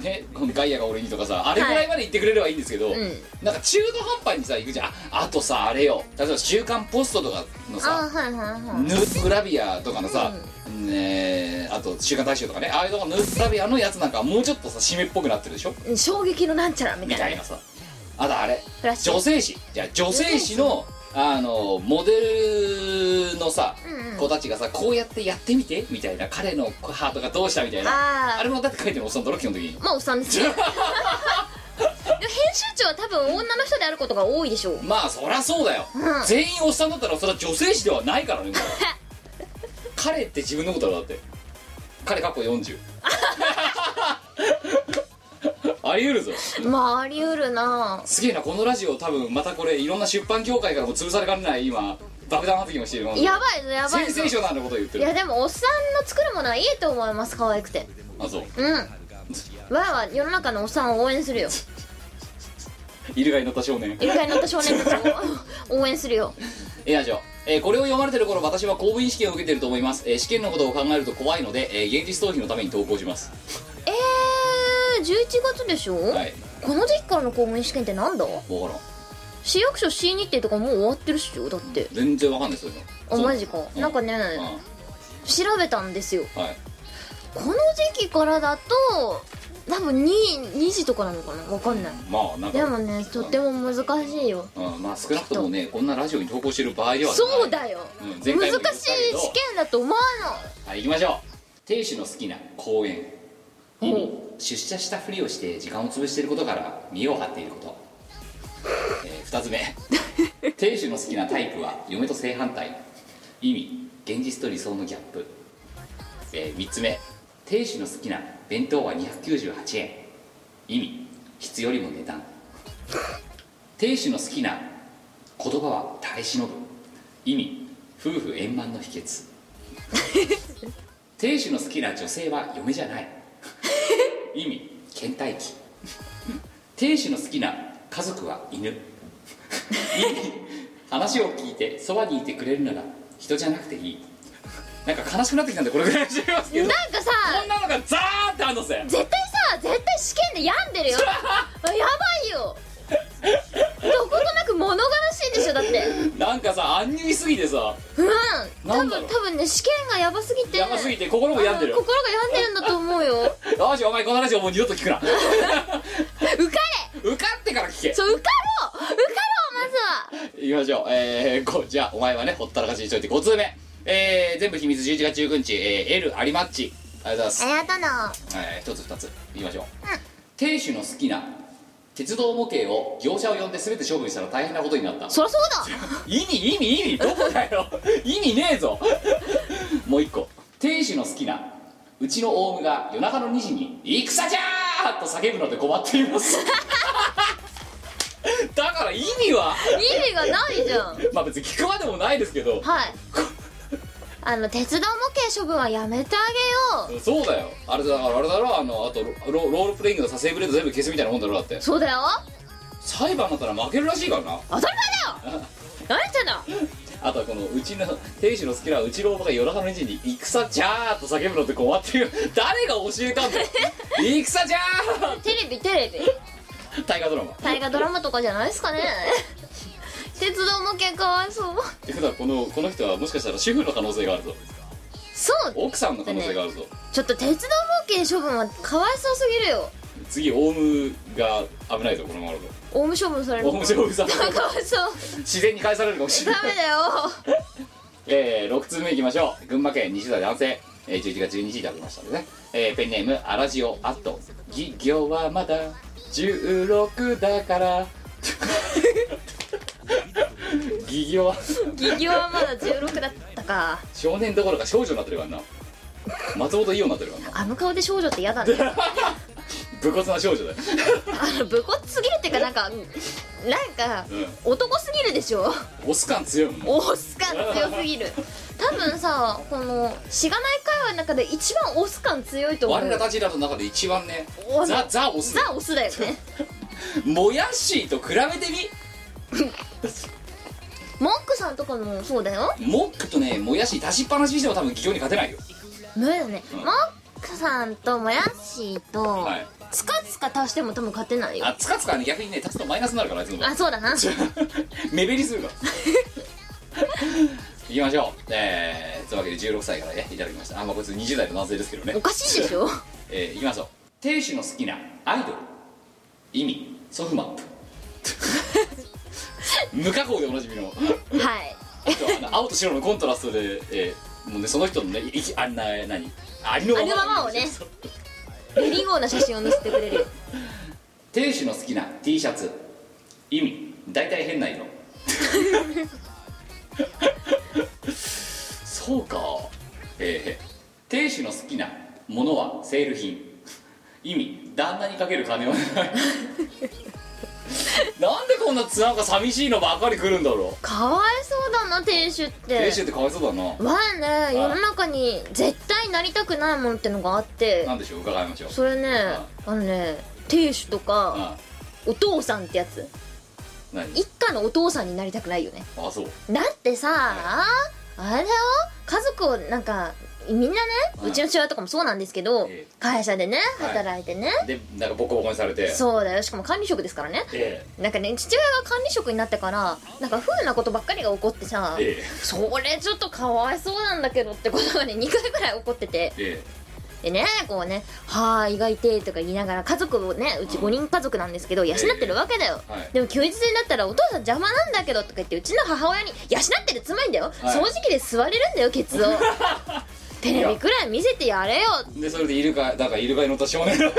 S1: ねこのガイアが俺にとかさあれぐらいまで言ってくれればいいんですけど、
S2: うん
S1: なんか中途半端にさ行くじゃんああとさあれよ例えば「週刊ポスト」とか
S2: あ
S1: の
S2: ー
S1: さ
S2: はいはいはい
S1: ヌーグラビアとかのさ、ねえあと「週刊大衆」とかねああいうのがヌーグラビアのやつなんかもうちょっとさ締めっぽくなってるでしょ
S2: うん衝撃のなんちゃらみ
S1: み
S2: たい
S1: た
S2: ない
S1: なさあとあれ
S2: フラッシュ
S1: 女性誌じゃあ女性誌のあのモデルのさ、
S2: うんうん
S1: 子たちがさこうやってやってみてみたいな彼のハートがどうしたみたい
S2: あ
S1: な
S2: ー
S1: あれもだって書いてるおっさんだろ基本的に
S2: まあおっさんですねでも編集長は多分女の人であることが多いでしょう
S1: まあそりゃそうだよ、
S2: うん
S1: 全員おっさんだったらそれは女性誌ではないから
S2: <laughs>
S1: ねもう彼って自分のことだろだって彼過去40
S2: <laughs>
S1: あり得るぞ
S2: まああり得るな
S1: すげえなこのラジオ多分またこれいろんな出版業界からも潰されかねない今爆弾発言をしているもん
S2: やばいぞやばい
S1: 先
S2: ぞ
S1: 生書なんてことを言って
S2: い
S1: る
S2: やでもおっさんの作るものはいいと思います可愛くて
S1: あそう
S2: うんわーわー世の中のおっさんを応援するよ
S1: <laughs> イルカに乗った少年
S2: イルカに乗った少年たち
S1: <laughs>
S2: を応援するよ
S1: えー以上えーこれを読まれてる頃私は公務員試験を受けてると思います、えー試験のことを考えると怖いので、えー現実逃避のために投稿します
S2: えー、11月でしょ、
S1: はい
S2: この時期からの公務員試験ってなんだ
S1: 分からん
S2: 市役所 C 日程とかもう終わってるっしょだって
S1: 全然わかんないそういうの
S2: あ
S1: そう
S2: マジか
S1: う
S2: なんかね
S1: う
S2: 調べたんですよ
S1: んはい
S2: この時期からだと多分 2, 2時とかなのかなわかんない
S1: まあなんか
S2: でもねとても難しいよ
S1: うん、まあ少なくともねこんなラジオに投稿してる場合ではない
S2: そうだよ、
S1: うん前
S2: 難
S1: 回も言ったけど
S2: しい試験だと思わな
S1: はい行きましょう亭主の好きな公園意味出社したふりをして時間を潰していることから見栄を張っていること、えー、2つ目亭主の好きなタイプは嫁と正反対意味現実と理想のギャップ、え3つ目亭主の好きな弁当は298円意味質よりも値段亭主の好きな言葉は耐え忍ぶ意味夫婦円満の秘訣亭主の好きな女性は嫁じゃない意味倦怠期亭主の好きな家族は犬意味話を聞いてそばにいてくれるなら人じゃなくていいなんか悲しくなってきたんでこれぐらいにしてますけど
S2: なんかさ
S1: こんなのがザーってあんのぜ
S2: 絶対さ絶対試験で病ん
S1: <laughs>
S2: でるよあやばいよどことなく物悲しいんでしょだって
S1: なんかさ安入いすぎてさ
S2: うん
S1: な
S2: 多
S1: んだろ
S2: 分
S1: う
S2: 多分ね試験がやばすぎて
S1: やばすぎて心も病んでる
S2: あの心が病んでるんだと思うよ
S1: よしお前この話をもう二度と聞くな
S2: 受
S1: <laughs>
S2: かれ
S1: 受かってから聞け
S2: そう受かろう受かろうまずは
S1: 行きましょうえー、こじゃあお前はねほったらかしにしといて5通目えー、全部秘密11月19日、えー、L ありマッチありがとうござい
S3: ありがとうな
S1: ます、えー、1つ2ついきましょう、亭主の好きな鉄道模型を業者を呼んで全て処分したら大変なことになった
S2: そりゃそうだ
S1: 意味意味意味どこだよ意味ねえぞもう一個亭主の好きなうちのオウムが夜中の2時に「戦じゃー!」と叫ぶので困っています <laughs> だから意味は
S2: 意味がないじゃん
S1: まあ別に聞くまでもないですけど
S2: はいあの鉄道模型処分はやめてあげよ
S1: そうだよあれだからあれだろあのあとロロロールプレイングのさセーブレード全部消すみたいなもんだろだって
S2: うそうだよ
S1: 裁判だったら負けるらしいからな
S2: 当たり前だよ何言ってんだ
S1: あとはこのうちの亭主の好きなうちのおばが夜中の2時に「戦じゃー!」と叫ぶのって困ってる <laughs> 誰が教えたんだよ戦じゃ
S2: テレビテレビ
S1: ー大河ドラマ
S2: 大河ドラマとかじゃないですかね <laughs> 鉄道模型かわいそう
S1: ってことはこのこの人はもしかしたら主婦の可能性があるぞ
S2: そう
S1: 奥さんの可能性があるぞ、
S2: ちょっと鉄道模型処分はかわいそうすぎるよ
S1: 次オウムが危ないぞこのままだと
S2: オウム処分される
S1: オウム勝負さん
S2: かわいそう
S1: 自然に返されるかもしれ
S2: ダ
S1: ない
S2: メだ <laughs> よ
S1: えー、6通目いきましょう群馬県20代男性、えー、11月12日いただきましたのでね、えーペンネームアラジオアット「ギ行はまだ16だから」 <laughs> ギ行は
S2: 企業はまだ16だったか
S1: 少年どころか少女になってるからな松本伊代になってるからな
S2: あの顔で少女って嫌だね
S1: 武骨な少女だよ、
S2: あの武骨すぎるっていうかなんかなんか
S1: う
S2: 男すぎるでしょ
S1: ん、オス感強いもんな
S2: オス感強すぎる多分さこのしがない会話の中で一番オス感強いと思
S1: 我
S2: う
S1: らたちらの中で一番ね
S2: お
S1: ザ・ザ・オス
S2: ザオスだよね
S1: もやっしーと比べてみ
S2: モンクさんとかもそうだよ
S1: モックとねもやし出しっぱなしにしても多分ギ行に勝てないよ
S2: 無理だね、
S1: うん
S2: モンクさんともやっしーと、
S1: はい
S2: つかつか足しても多分勝てないよ
S1: あつかつかはね逆にね立つとマイナスになるからあいつの場合
S2: あそうだな
S1: <laughs> 目減りするから <laughs> 行きましょうえー、というわけで16歳からねいただきましたあんまあこいつ20代の男性ですけどね
S2: おかしいでしょ
S1: <laughs> えー、行きましょう亭主の好きなアイドル意味ソフマップ <laughs> 無加工でおなじみの
S2: はい
S1: あとはあの青と白のコントラストで、えーもうね、その人のねいきあんな何ありのまま
S2: ありのままをねベリーゴーな写真を載せてくれるよ
S1: 亭主の好きな T シャツ意味大体変な
S2: <laughs>
S1: 色そうかえー、亭主の好きなものはセール品意味旦那にかける金はない
S2: <laughs>
S1: なんでこんなつなんか寂しいのばっかり来るんだろう
S2: かわいそうだな店主って
S1: 亭主ってかわいそうだな
S2: わあね世の中に絶対なりたくないものってのがあって
S1: なんでしょう伺いましょう
S2: それねあのね亭主とか
S1: あ
S2: お父さんってやつ
S1: 何
S2: 一家のお父さんになりたくないよね
S1: あそう
S2: だってさあれだよ家族をなんかみんなね
S1: はいう
S2: ちの父親とかもそうなんですけど
S1: ええ
S2: 会社でね
S1: はい
S2: 働いてね
S1: でなんかボコボコにされて
S2: そうだよしかも管理職ですからね
S1: え
S2: なんかね父親が管理職になってからなんか不運なことばっかりが起こってさ
S1: ええ
S2: それちょっとかわいそうなんだけどってことがね2回ぐらい起こってて
S1: え
S2: で
S1: え
S2: ねこうね「はーいがいて」とか言いながら家族をねうち
S1: うん
S2: 5人家族なんですけど養ってるわけだよ、
S1: えはい
S2: でも休日になったら「お父さん邪魔なんだけど」とか言ってうちの母親に「養ってるつまりんだよ、
S1: はい
S2: 掃除機で座れるんだよケ
S1: <laughs>
S2: ツをテレビくらい見せてやれよ」
S1: でそれでイ
S2: <laughs>
S1: <laughs> ルカだからイルカに乗った少年
S2: だ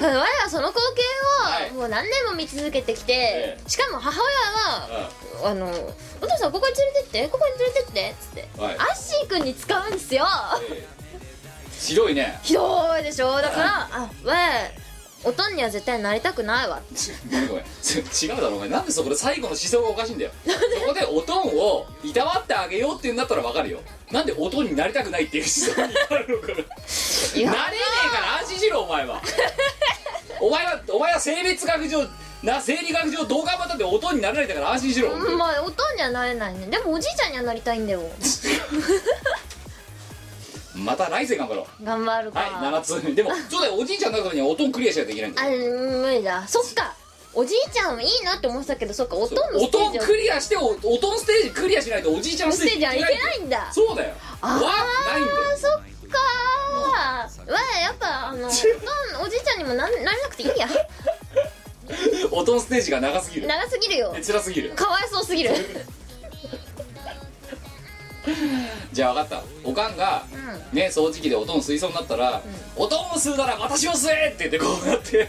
S2: 我はその光
S1: はい
S2: 景をもう何年も見続けてきて
S1: え、
S2: しかも母親は「あのお父さんここに連れてってここに連れてって」っつって、
S1: はい
S2: アッシーくんに使うんですよ
S1: えーひどいね
S2: ひどいでしょだから「あわおとんには絶対なりたくないわ」
S1: ごめんごめんそ違うだろお前なんでそこで最後の思想がおかしいんだよそこでおとんをいたわってあげようってなったらわかるよなんでおとんになりたくないっていう思想になるのかななれねえから安心しろお前はお前はお前は性別学上な生理学上どう頑張ったっておとんにならないんだから安心しろ、
S2: うんまあおとんにはなれないねでもおじいちゃんにはなりたいんだよ
S1: また来世頑張ろう
S2: 頑張るか
S1: はい7つ目でもそうだよおじいちゃんになるためにはおとんクリアしないといけないんだ
S2: あ
S1: よ
S2: 無理だそっかおじいちゃんはいいなって思ってたけどそっかおとんの
S1: お
S2: ステ
S1: と
S2: ー
S1: ん
S2: ジを
S1: クリアしておおとんステージクリアしないとおじいちゃん
S2: ステージはいけないんだ
S1: そうだよ
S2: あー
S1: わないんだよ
S2: あそっかーわあやっぱ
S1: <laughs>
S2: あのおとんおじいちゃんにもなんなれなくていいや
S1: おとんステージが長すぎる
S2: 長すぎるよ
S1: え辛すぎる
S2: かわいそうすぎる
S1: じゃあ分かったおかんがね掃除機でおとん吸いそうになったら「おとんを吸うなら私も吸え!」って言ってこうやって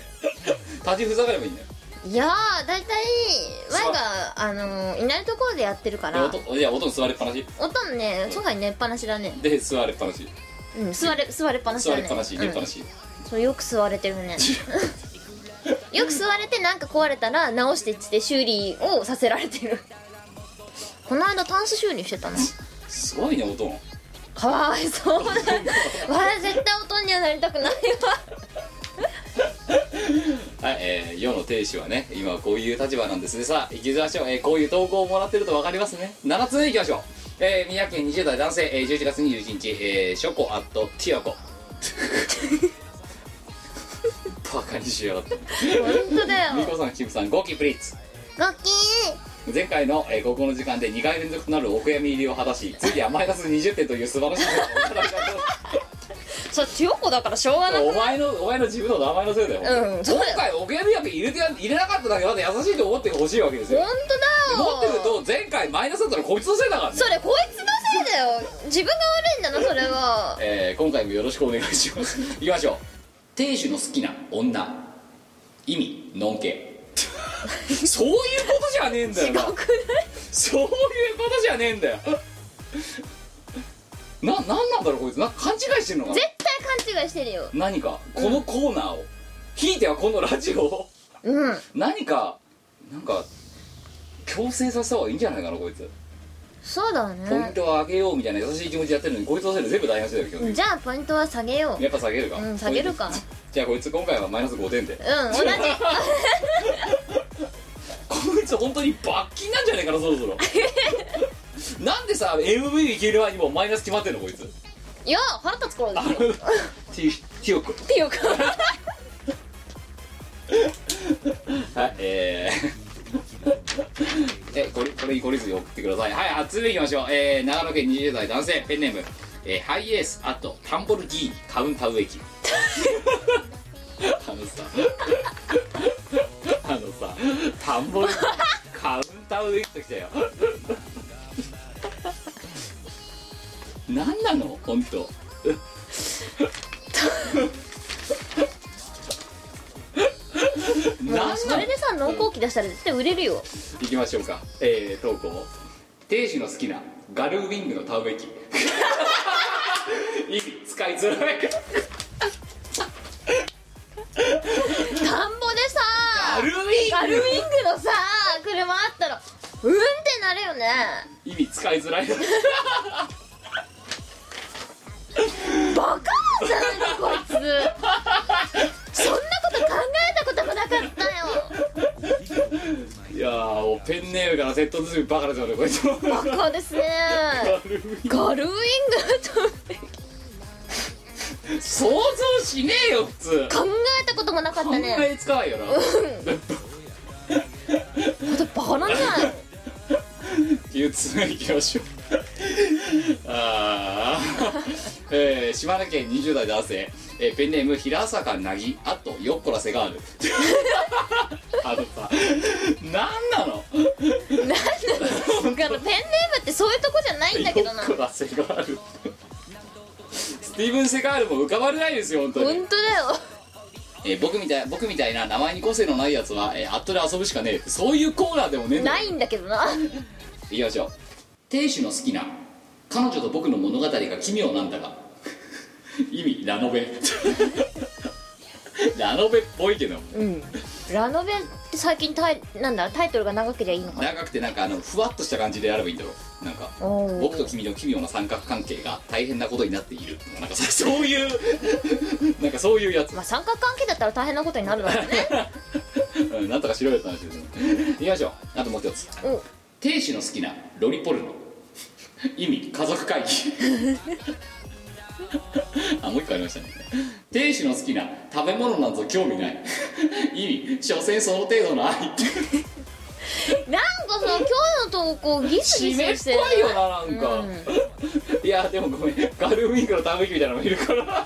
S1: 立ちふざがればいいんだよ
S2: いやーだいたいわがあのいないところでやってるか
S1: で
S2: ら
S1: おとんいやおとん座れっぱなし
S2: おとんねそばに寝っぱなしだね
S1: で座れっぱなし
S2: うん座れ座れっぱなし
S1: 座
S2: だね
S1: れっぱなし
S2: うん
S1: 寝っぱなし、
S2: そうよく座れてる <laughs> ねよく座れてなんか壊れたら直してっつって修理をさせられてるこの間タンス修理してたの
S1: すごいねおとん
S2: かわいそうだわあ絶対おとんにはなりたくないわ
S1: はい、えー、世の亭主はね、今はこういう立場なんですね。さあ、行きましょう。えーこういう投稿をもらってると分かりますね。7つ目行きましょう。えー、宮城県20代男性、えー、11月21日、えー、ショコアットティアコ。バカにしやがって。
S2: 本当だよ
S1: みこさん、キムさん、ゴキプリッツ。
S2: ガキ
S1: 前回の、えー、高校の時間で2回連続となるお悔やみ入りを果たし、次はマイナス20点という素晴らしい成果を
S2: <laughs> ーそう千代子だからしょうがなく
S1: お前のお前の自分の名前のせいだよ、
S2: うんそ
S1: 今
S2: うだよ
S1: 回お悔やみ役入れてや入れなかっただけまだ優しいと思ってほしいわけですよ
S2: 本当だよ
S1: 持ってると前回マイナスだったらこいつのせいだからね
S2: それこいつのせいだよ自分が悪いんだなそれは
S1: えー今回もよろしくお願いします
S2: <laughs>
S1: いきましょう亭主の好きな女意味のんけそういうことじゃねえんだよなそういうことじゃねえんだよななんなんだろうこいつなんか勘違いしてるのかな
S2: 絶対勘違いしてるよ
S1: 何かこのコーナーを、ひいてはこのラジオを
S2: うん
S1: 何かなんか強制させた方がいいんじゃないかなこいつ
S2: そうだ
S1: ポイン
S2: ね
S1: トを上げようみたいな優しい気持ちでやってるのにこいつのせいで全部台無しだよ基本的に
S2: じゃあポイントは下げよ
S1: やっぱ下げるか、
S2: ううん下げるか
S1: じゃあこいつ今回はマイナス5点で
S2: うん同じ
S1: <laughs> こいつ本当に罰金なんじゃねえかなそろ
S2: <laughs>
S1: そろなんでさ MV いける前にもうマイナス決まってんのこいつ
S2: いや腹立つ頃で
S1: あ
S2: す
S1: の
S2: よ
S1: <laughs> ひひよこ
S2: ピヨか
S1: はいえーえこれこれこれ以上送ってくださいはいあ続いていきましょう、えー、長野県20代男性ペンネーム、えーハイエースあとタンボルギーニカウンター植木あのさあのさタンボルギーニカウンター植木ときたよ何なの本当
S2: もう
S1: 何
S2: <laughs>
S1: な
S2: そ
S1: の
S2: れでさ濃厚期出したら絶対売れるよ
S1: 行きましょうかえー、投稿亭主の好きなガルウィングの田植え機 <laughs> 意味使いづらい
S2: 田んぼでさ
S1: ガルウ
S2: ガ
S1: ィン
S2: ルウィングのさ車あったらうんってなるよね
S1: グ意味使いづらい
S2: バ
S1: <laughs>
S2: カなんじゃないのこいつそんなこと考えたこともなかったよ
S1: いやーもうペンネームからセットずつバカですよねこれ
S2: バカですねガルウィングと
S1: 想像しねえよ普通
S2: 考えたこともなかっ
S1: 考
S2: たね
S1: えつかないよな
S2: ほんとバカなんじゃない
S1: 流通に行きましょう <laughs> ああ、えー、島根県20代男性、えーペンネーム平坂なぎあとよっこらせがある <laughs> あのさなんなの
S2: だからペンネームってそういうとこじゃないんだけどな
S1: よっこらせがあるスティーブン・セガールも浮かばれないですよ本当に
S2: 本当だよ
S1: えー僕みたい僕みたいな名前に個性のないやつは、えー、アットで遊ぶしかねえそういうコーナーでもねえんだよ
S3: ないんだけどな
S1: いきましょう亭主の好きな彼女と僕の物語が奇妙なんだが意味ラノベ <laughs> ラノベっぽいけど
S3: うんラノベって最近タイなんだタイトルが長ければいいのかな
S1: 長くてなんかあのふわっとした感じでやればいいんだろうなんか
S3: おー
S1: 僕と君の奇妙な三角関係が大変なことになっているなんかさそういうなんかそういうやつ
S3: まあ三角関係だったら大変なことになるだろうね
S1: うんなんとかしろよって話ですねいきましょうあともう一つ
S3: お
S1: 亭主の好きなロリポルノ意味家族会議 <laughs> あもう一個ありましたね亭主の好きな食べ物なんぞ興味ない意味所詮その程度の愛
S3: なんかさ今日の投稿ギスギ
S1: 締
S3: ス
S1: めっ
S3: してる
S1: ぽいよななんか、
S3: うん
S1: いやでもごめんガルウィンクのため息みたいなのもいるからはい、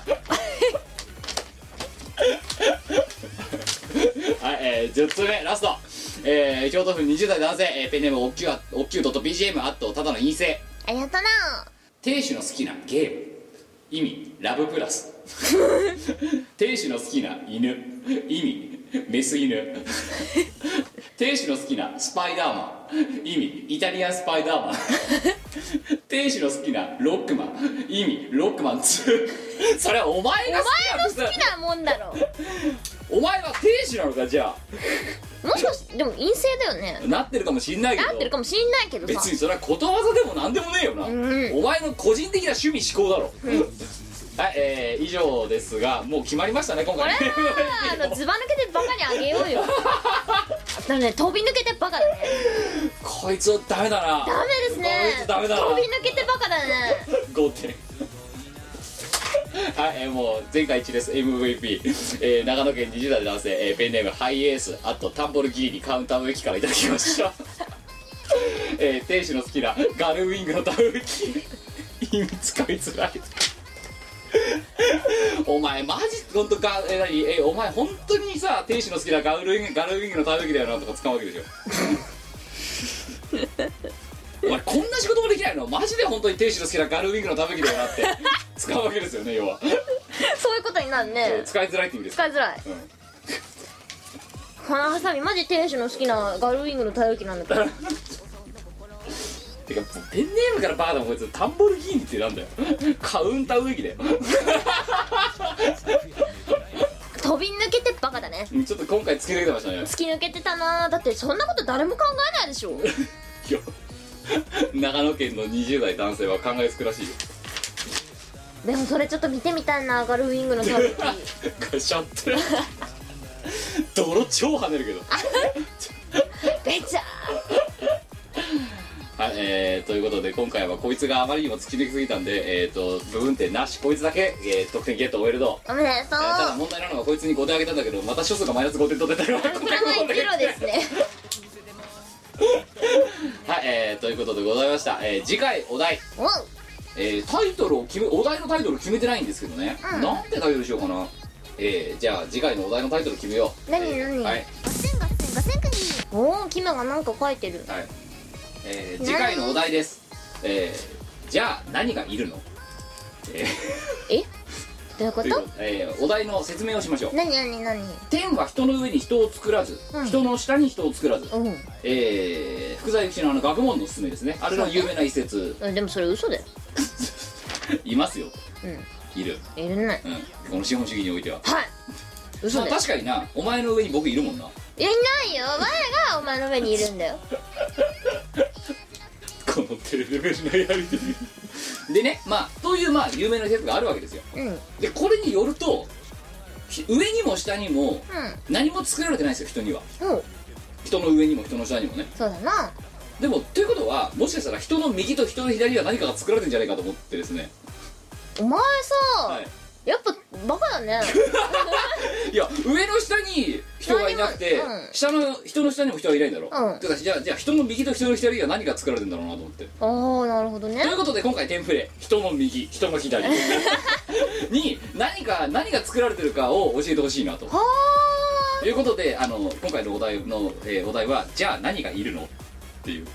S1: えー、10つ目ラスト、えー、京都府20代男性、えーペンネームおっきゅうあおっきゅう .bgm あとただの陰性
S3: ありがとうな
S1: 亭主の好きなゲーム意味ラブプラス亭主の好きな犬意味メス犬亭主の好きなスパイダーマン意味イタリアンスパイダーマン亭主の好きなロックマン意味ロックマン2それはお前が好きな
S3: お前の好きなもんだろ
S1: お前は亭主なのかじゃ
S3: もしかしてでも陰性だよ
S1: あ
S3: ね
S1: なってるかもしんないけど
S3: なってるかもしんないけどさ
S1: 別にそれはことわざでもなんでもねえよな、
S3: ん
S1: お前の個人的な趣味思考だろ、はいえー以上ですがもう決まりましたね今
S3: これ
S1: 回
S3: はあのずば抜けてバカにあげようよだね飛び抜けてバカだね
S1: <laughs> こいつダメだな
S3: ダメですね
S1: こいつダメだな
S3: 飛び抜けてバカだね
S1: 5点はい、えーもう前回一致です MVP、えー長野県20代男性、えーペンネームハイエースあとタンボルギーニカウンター植木からいただきました <laughs> えー、店主の好きなガルウィングのタウ植木意味使いづらい <laughs> お前マジ本当ガえー何えーお前本当にさ店主の好きなガルウィングガルウィングのタウ植木だよなとか使うわけでしょお前こんな仕事もできないのマジで本当に店主の好きなガルウィングのタウ植木だよなって使うわけですよね要は
S3: <laughs> そういうことになるね
S1: 使いづらいって意味です
S3: 使いづらい
S1: うん
S3: このハサミマジ店主の好きなガルウィングのたよきなんだけど
S1: てかペンネームからバカだもんこいつタンボルギーニってなんだよカウンター植木だよ
S3: 飛び抜けてバカだね
S1: ちょっと今回つけ抜けてましたね
S3: 突き抜けてたなだってそんなこと誰も考えないでしょ
S1: いや長野県の20代男性は考えつくらしいよ
S3: でもそれちょっと見てみたいなガルウィング <laughs> のたよき
S1: ガシャって泥超跳ねるけど
S3: べちゃ
S1: はいえー、ということで今回はこいつがあまりにも突き抜けすぎたんでえっ、と部分点なしこいつだけ、えー得点ゲット終えると
S3: おめでと
S1: えーただ
S3: う
S1: 問題なのがこいつに5点あげたんだけどまた所数がマイナス5点取ってたから
S3: プラマイゼロですね
S1: <laughs>
S3: <laughs>
S1: はい、えー、ということでございました、えー次回お題、
S3: おう
S1: えータイトルを決めお題のタイトル決めてないんですけどね、
S3: うん
S1: なんてタイトルしようかなえー、じゃあ次回のお題のタイトル決めよう
S3: 何
S1: えー
S3: 何
S1: はい、
S3: おおキムがなんか書いてる
S1: はいえー次回のお題ですえー、じゃあ何がいるのえ
S3: えどうい
S1: ー
S3: うこと
S1: いうことでえーお題の説明をしましょう
S3: 何何何
S1: 天は人の上に人を作らず、
S3: うん
S1: 人の下に人を作らず、
S3: うん
S1: えー、福沢諭吉のあの学問の勧めですねあれの有名な一節
S3: うんでもそれ嘘だよ
S1: いますよ
S3: うん
S1: いる、
S3: いるね
S1: うん、この資本主義においては
S3: はい嘘
S1: まあ、
S3: だよ
S1: 確かになお前の上に僕いるもんない
S3: やいないよ前がお前の上にいるんだよ
S1: このテレビベルのやりとり <laughs> でねまあというまあ有名な説があるわけですよ
S3: うんうん
S1: でこれによるとひ上にも下にも何も作られてないですよ人には
S3: おう
S1: 人の上にも人の下にもね
S3: そうだな
S1: でもということはもしかしたら人の右と人の左には何かが作られてんじゃないかと思ってですね
S3: お前さ、
S1: はい
S3: やっぱバカだ <laughs> ね
S1: いや上の下に人がいなくて、
S3: 何もうん
S1: 下の人の下にも人はいないんだろ、
S3: うん
S1: てかじゃあじゃあ人の右と人の左には何が作られてんだろうなと思って
S3: ああなるほどね
S1: ということで今回テンプレ人の右人の
S3: <laughs>
S1: 左に何か何が作られてるかを教えてほしいなと
S3: はあ
S1: いうことであの今回のお題の、えーお題は「じゃあ何がいるの?」っていう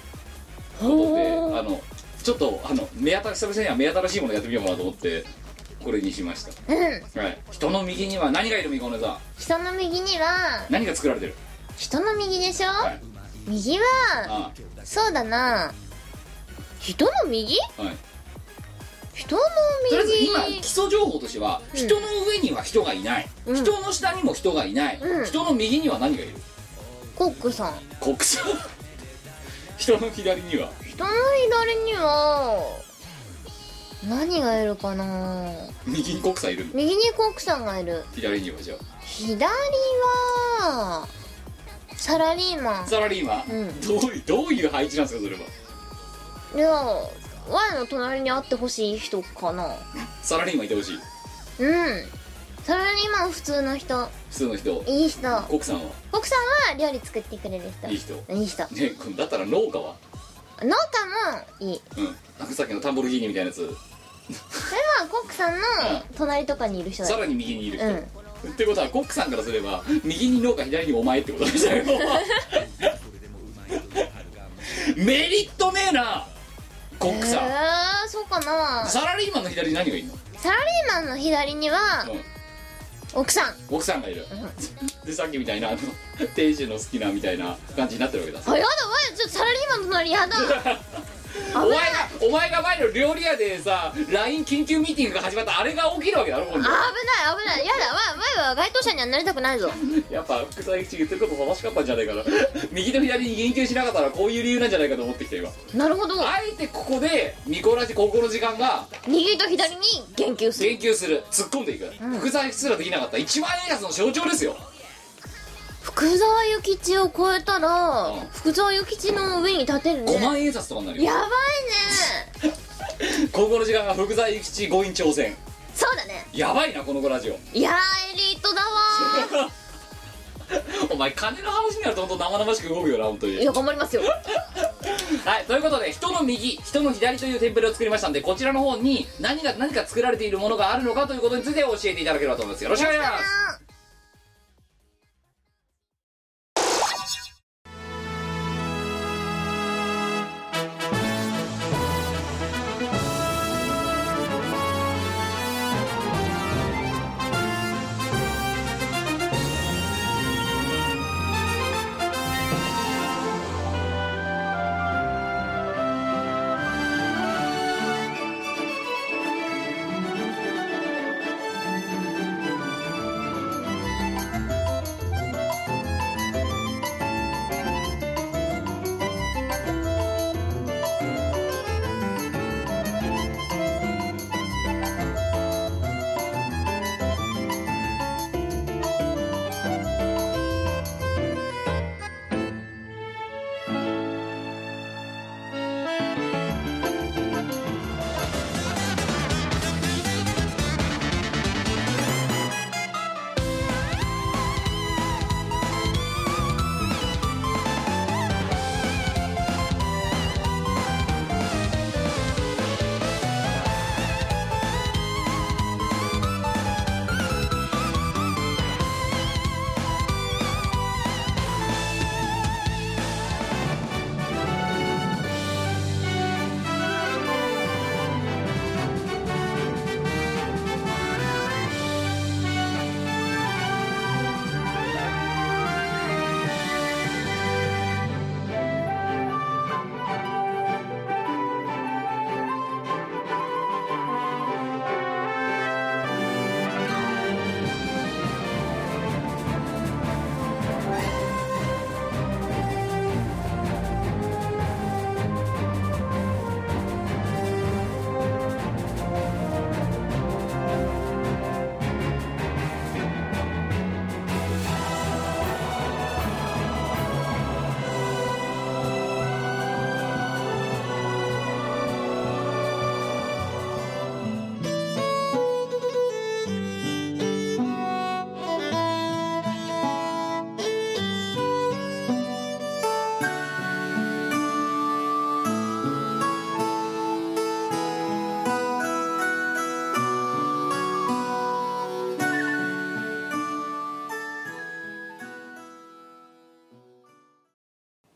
S1: ことで
S3: ほう
S1: あのちょっとあの目新し久々には目新しいものやってみようかなと思ってこれにしまし
S3: うん
S1: た、はい、人の右には何がいるみこねさ
S3: 人の右には
S1: ん何が作られてる
S3: 人の右でしょ、
S1: はい
S3: 右は
S1: あ
S3: そうだな人の右
S1: あはい
S3: 人の
S1: とりあえず
S3: 右
S1: 今基礎情報としては、人の上には人がいない、
S3: うん
S1: 人の下にも人がいない、
S3: うん
S1: 人の右には何がいる
S3: コックさん
S1: 国産人の左には
S3: 人の左には何がいるかな
S1: 右に国産いるの
S3: 右にコックさんがいる
S1: 左にはじゃ
S3: 左はサラリーマ
S1: あ
S3: ン
S1: サラリーマン、
S3: うん
S1: どういうどういう配置なんですかそれはい
S3: や我の隣にあってほしい人かな
S1: サラリーマンいてほしい
S3: うんサラリーマン普通の人
S1: 普通の人
S3: いい人
S1: 国産は
S3: 奥さんは料理作ってくれる人
S1: いい人
S3: いい人
S1: ねだったら農家は
S3: 農家もいい
S1: うんなんかさっきのタンボルギーニみたいなやつ
S3: それはコックさんの隣とかにいる人だ
S1: さ
S3: よ
S1: らに右にいる人、
S3: うん
S1: ってことはコックさんからすれば右に農家左にお前ってことでしょ
S3: <laughs>
S1: メリットねえなコックさん、
S3: えー、そうかなサ
S1: サラリーマンの左に何がいるの、
S3: ラリーマンの左には
S1: うん
S3: 奥さん
S1: 奥さんがいる、でさっきみたいなあの亭主の好きなみたいな感じになってるわけだ
S3: あやだおいちょっとサラリーマンの隣やだ
S1: お前がお前が前の料理屋でさ LINE 緊急ミーティングが始まったあれが起きるわけだろ今
S3: 危
S1: 度
S3: ない危ないやだわ前は該当者にはなりたくないぞ
S1: やっぱ福沢諭吉言ってること正しかったんじゃないかな右と左に言及しなかったらこういう理由なんじゃないかと思ってきた今
S3: なるほど
S1: あえてここでミコラジ高校の時間が
S3: 右と左に言及する
S1: 言及する突っ込んでいく、福沢諭吉すらできなかった一万円安の象徴ですよ
S3: 福沢諭吉を超えたら
S1: うん
S3: 福沢諭吉の上に立てるね
S1: 5万円札とかになるよ
S3: やばいね
S1: 高校の時間が福沢諭吉五院挑戦
S3: そうだね
S1: やばいなこのゴラジオ
S3: いやーエリートだわ
S1: <laughs> お前金の話になると本当生々しく動くよな本当に
S3: ーいや頑張りますよ
S1: はいということで人の右人の左というテンプレを作りましたんでこちらの方に何が何か作られているものがあるのかということについて教えていただければと思いますよろしくお願いします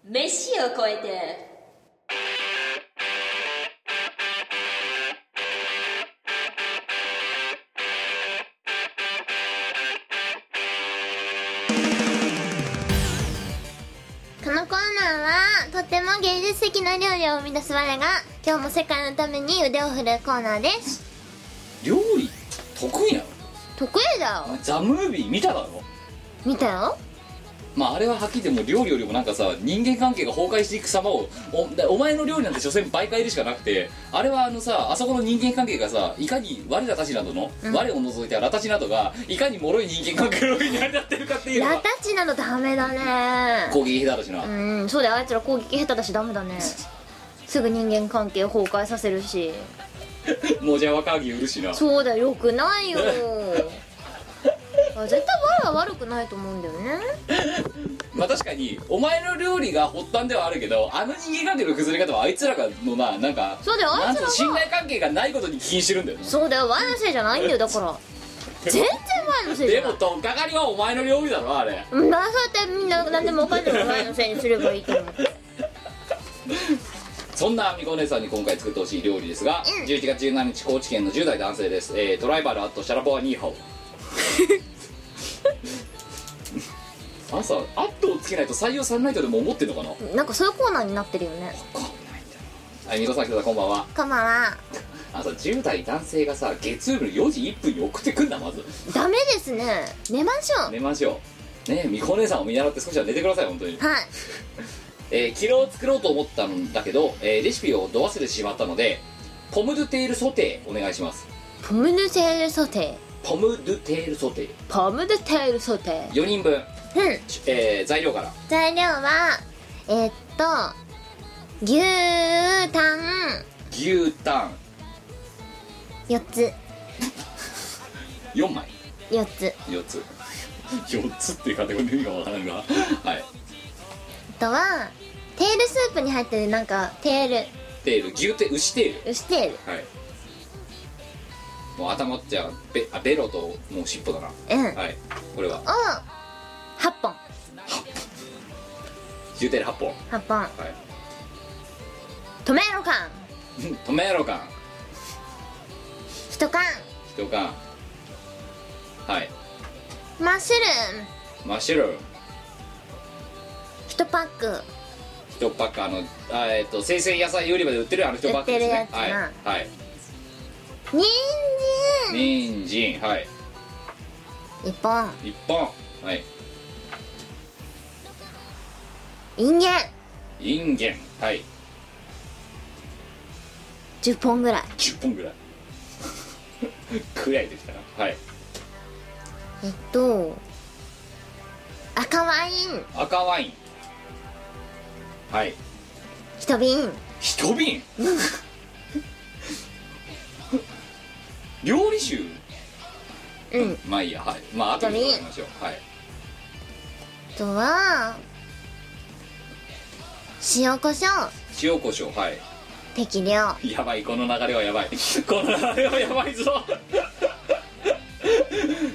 S2: 飯を超えて芸術的な料理を生み出す我が今日も世界のために腕を振るコーナーです
S1: 料理得意なの
S2: 得意だよ
S1: ザ・ムービー見ただろ
S2: 見たよ
S1: まああれははっきりでも料理よりもなんかさ人間関係が崩壊していく様をおだお前の料理なんて所詮媒介でしかなくてあれはあのさあそこの人間関係がさいかに我らたちなどの、我を除いてはらたちなどがいかに脆い人間関係の上に成り立ってるかっていうの
S3: ラ
S1: は
S3: タッチなのダメだね
S1: 攻撃下手だしな、
S3: うんそうだよあいつら攻撃下手だしダメだねすぐ人間関係崩壊させるし
S1: もじゃわかぎ売るしな
S3: そうだよよくない
S2: <laughs>
S3: よあ絶対我は悪くないと思うんだよね
S1: まあ確かにお前の料理が発端ではあるけどあの人間関係の崩れ方はあいつらがのななんか
S3: そうだよ
S1: な
S3: あ
S1: いんつ
S3: つ
S1: う
S3: ら
S1: の信
S3: は
S1: 頼関係がないことに起因してるんだよな
S3: そうだよ我のせいじゃないんだよだから全然我のせいじ
S1: で
S3: ゃな
S1: も
S3: い
S1: とっかかりはお前の料理だろあれ
S3: うんだからそうやってみんな何でもお金も我のせいにすればいいと思う
S1: そんなあみこお姉さんに今回作ってほしい料理ですが、11月17日高知県の10代男性です、えー、トライバルアットシャラポワニーハオ
S3: <laughs>
S1: 朝アットをつけないと採用されないとでも思ってんのかな
S3: なんかそういうコーナーになってるよね
S1: あいみこさん来たこんばんは
S3: こんばんは
S1: あさ10代男性がさ月曜日の4時1分に送ってくんだまず
S3: ダメですね寝ましょう
S1: 寝ましょうねえみこお姉さんを見習って少しは寝てください本当に
S3: はい
S1: えー、昨日作ろうと思ったんだけど、えーレシピをど忘れてしまったのでポム・ドゥ・テール・ソテーお願いします
S3: ポムヌテールソテー
S1: ポム・ドゥ・テール・ソテー
S3: ポムヌテールソテー
S1: 4人分、
S3: うん
S1: ちえー材料から
S2: 材料はえーっと牛タン
S1: 牛タン
S2: 4つ
S1: 4枚
S2: 4つ
S1: 4つ <laughs> 4つっていうカテゴリーの意味がわからんがはい
S2: あとはテールスープに入ってるなんかテー
S1: テール牛テール牛テー
S2: ル牛テール
S1: ルはいもう頭じゃあべあベロともう尻尾だな
S2: うんを
S1: はいこれは
S2: 8本
S1: 牛テール8本は
S2: 8本
S1: い
S2: トメロ缶
S1: トメロ缶
S2: 1缶
S1: 1缶はい
S2: マッシュルーム
S1: マッシュルーム
S2: 1パック
S1: 一パックあのあえっと生鮮野菜売り場で売ってるあの一パックですね
S2: 売ってるや
S1: はいはい
S2: 人
S1: 人参はい
S2: 参1本
S1: 一本はい
S2: インゲン
S1: インゲンはい
S2: 10本ぐらい
S1: 十本ぐらい <laughs> くらいできたなはい
S2: えっと赤ワイン
S1: 赤ワインはい
S2: 1瓶
S1: 一瓶料理酒
S2: うん
S1: まあいいやはいまあ後でやりましょうはい
S2: あとは塩コショウ
S1: 塩コショウはい
S2: 適量
S1: やばいこの流れはやばいこの流れはやばいぞ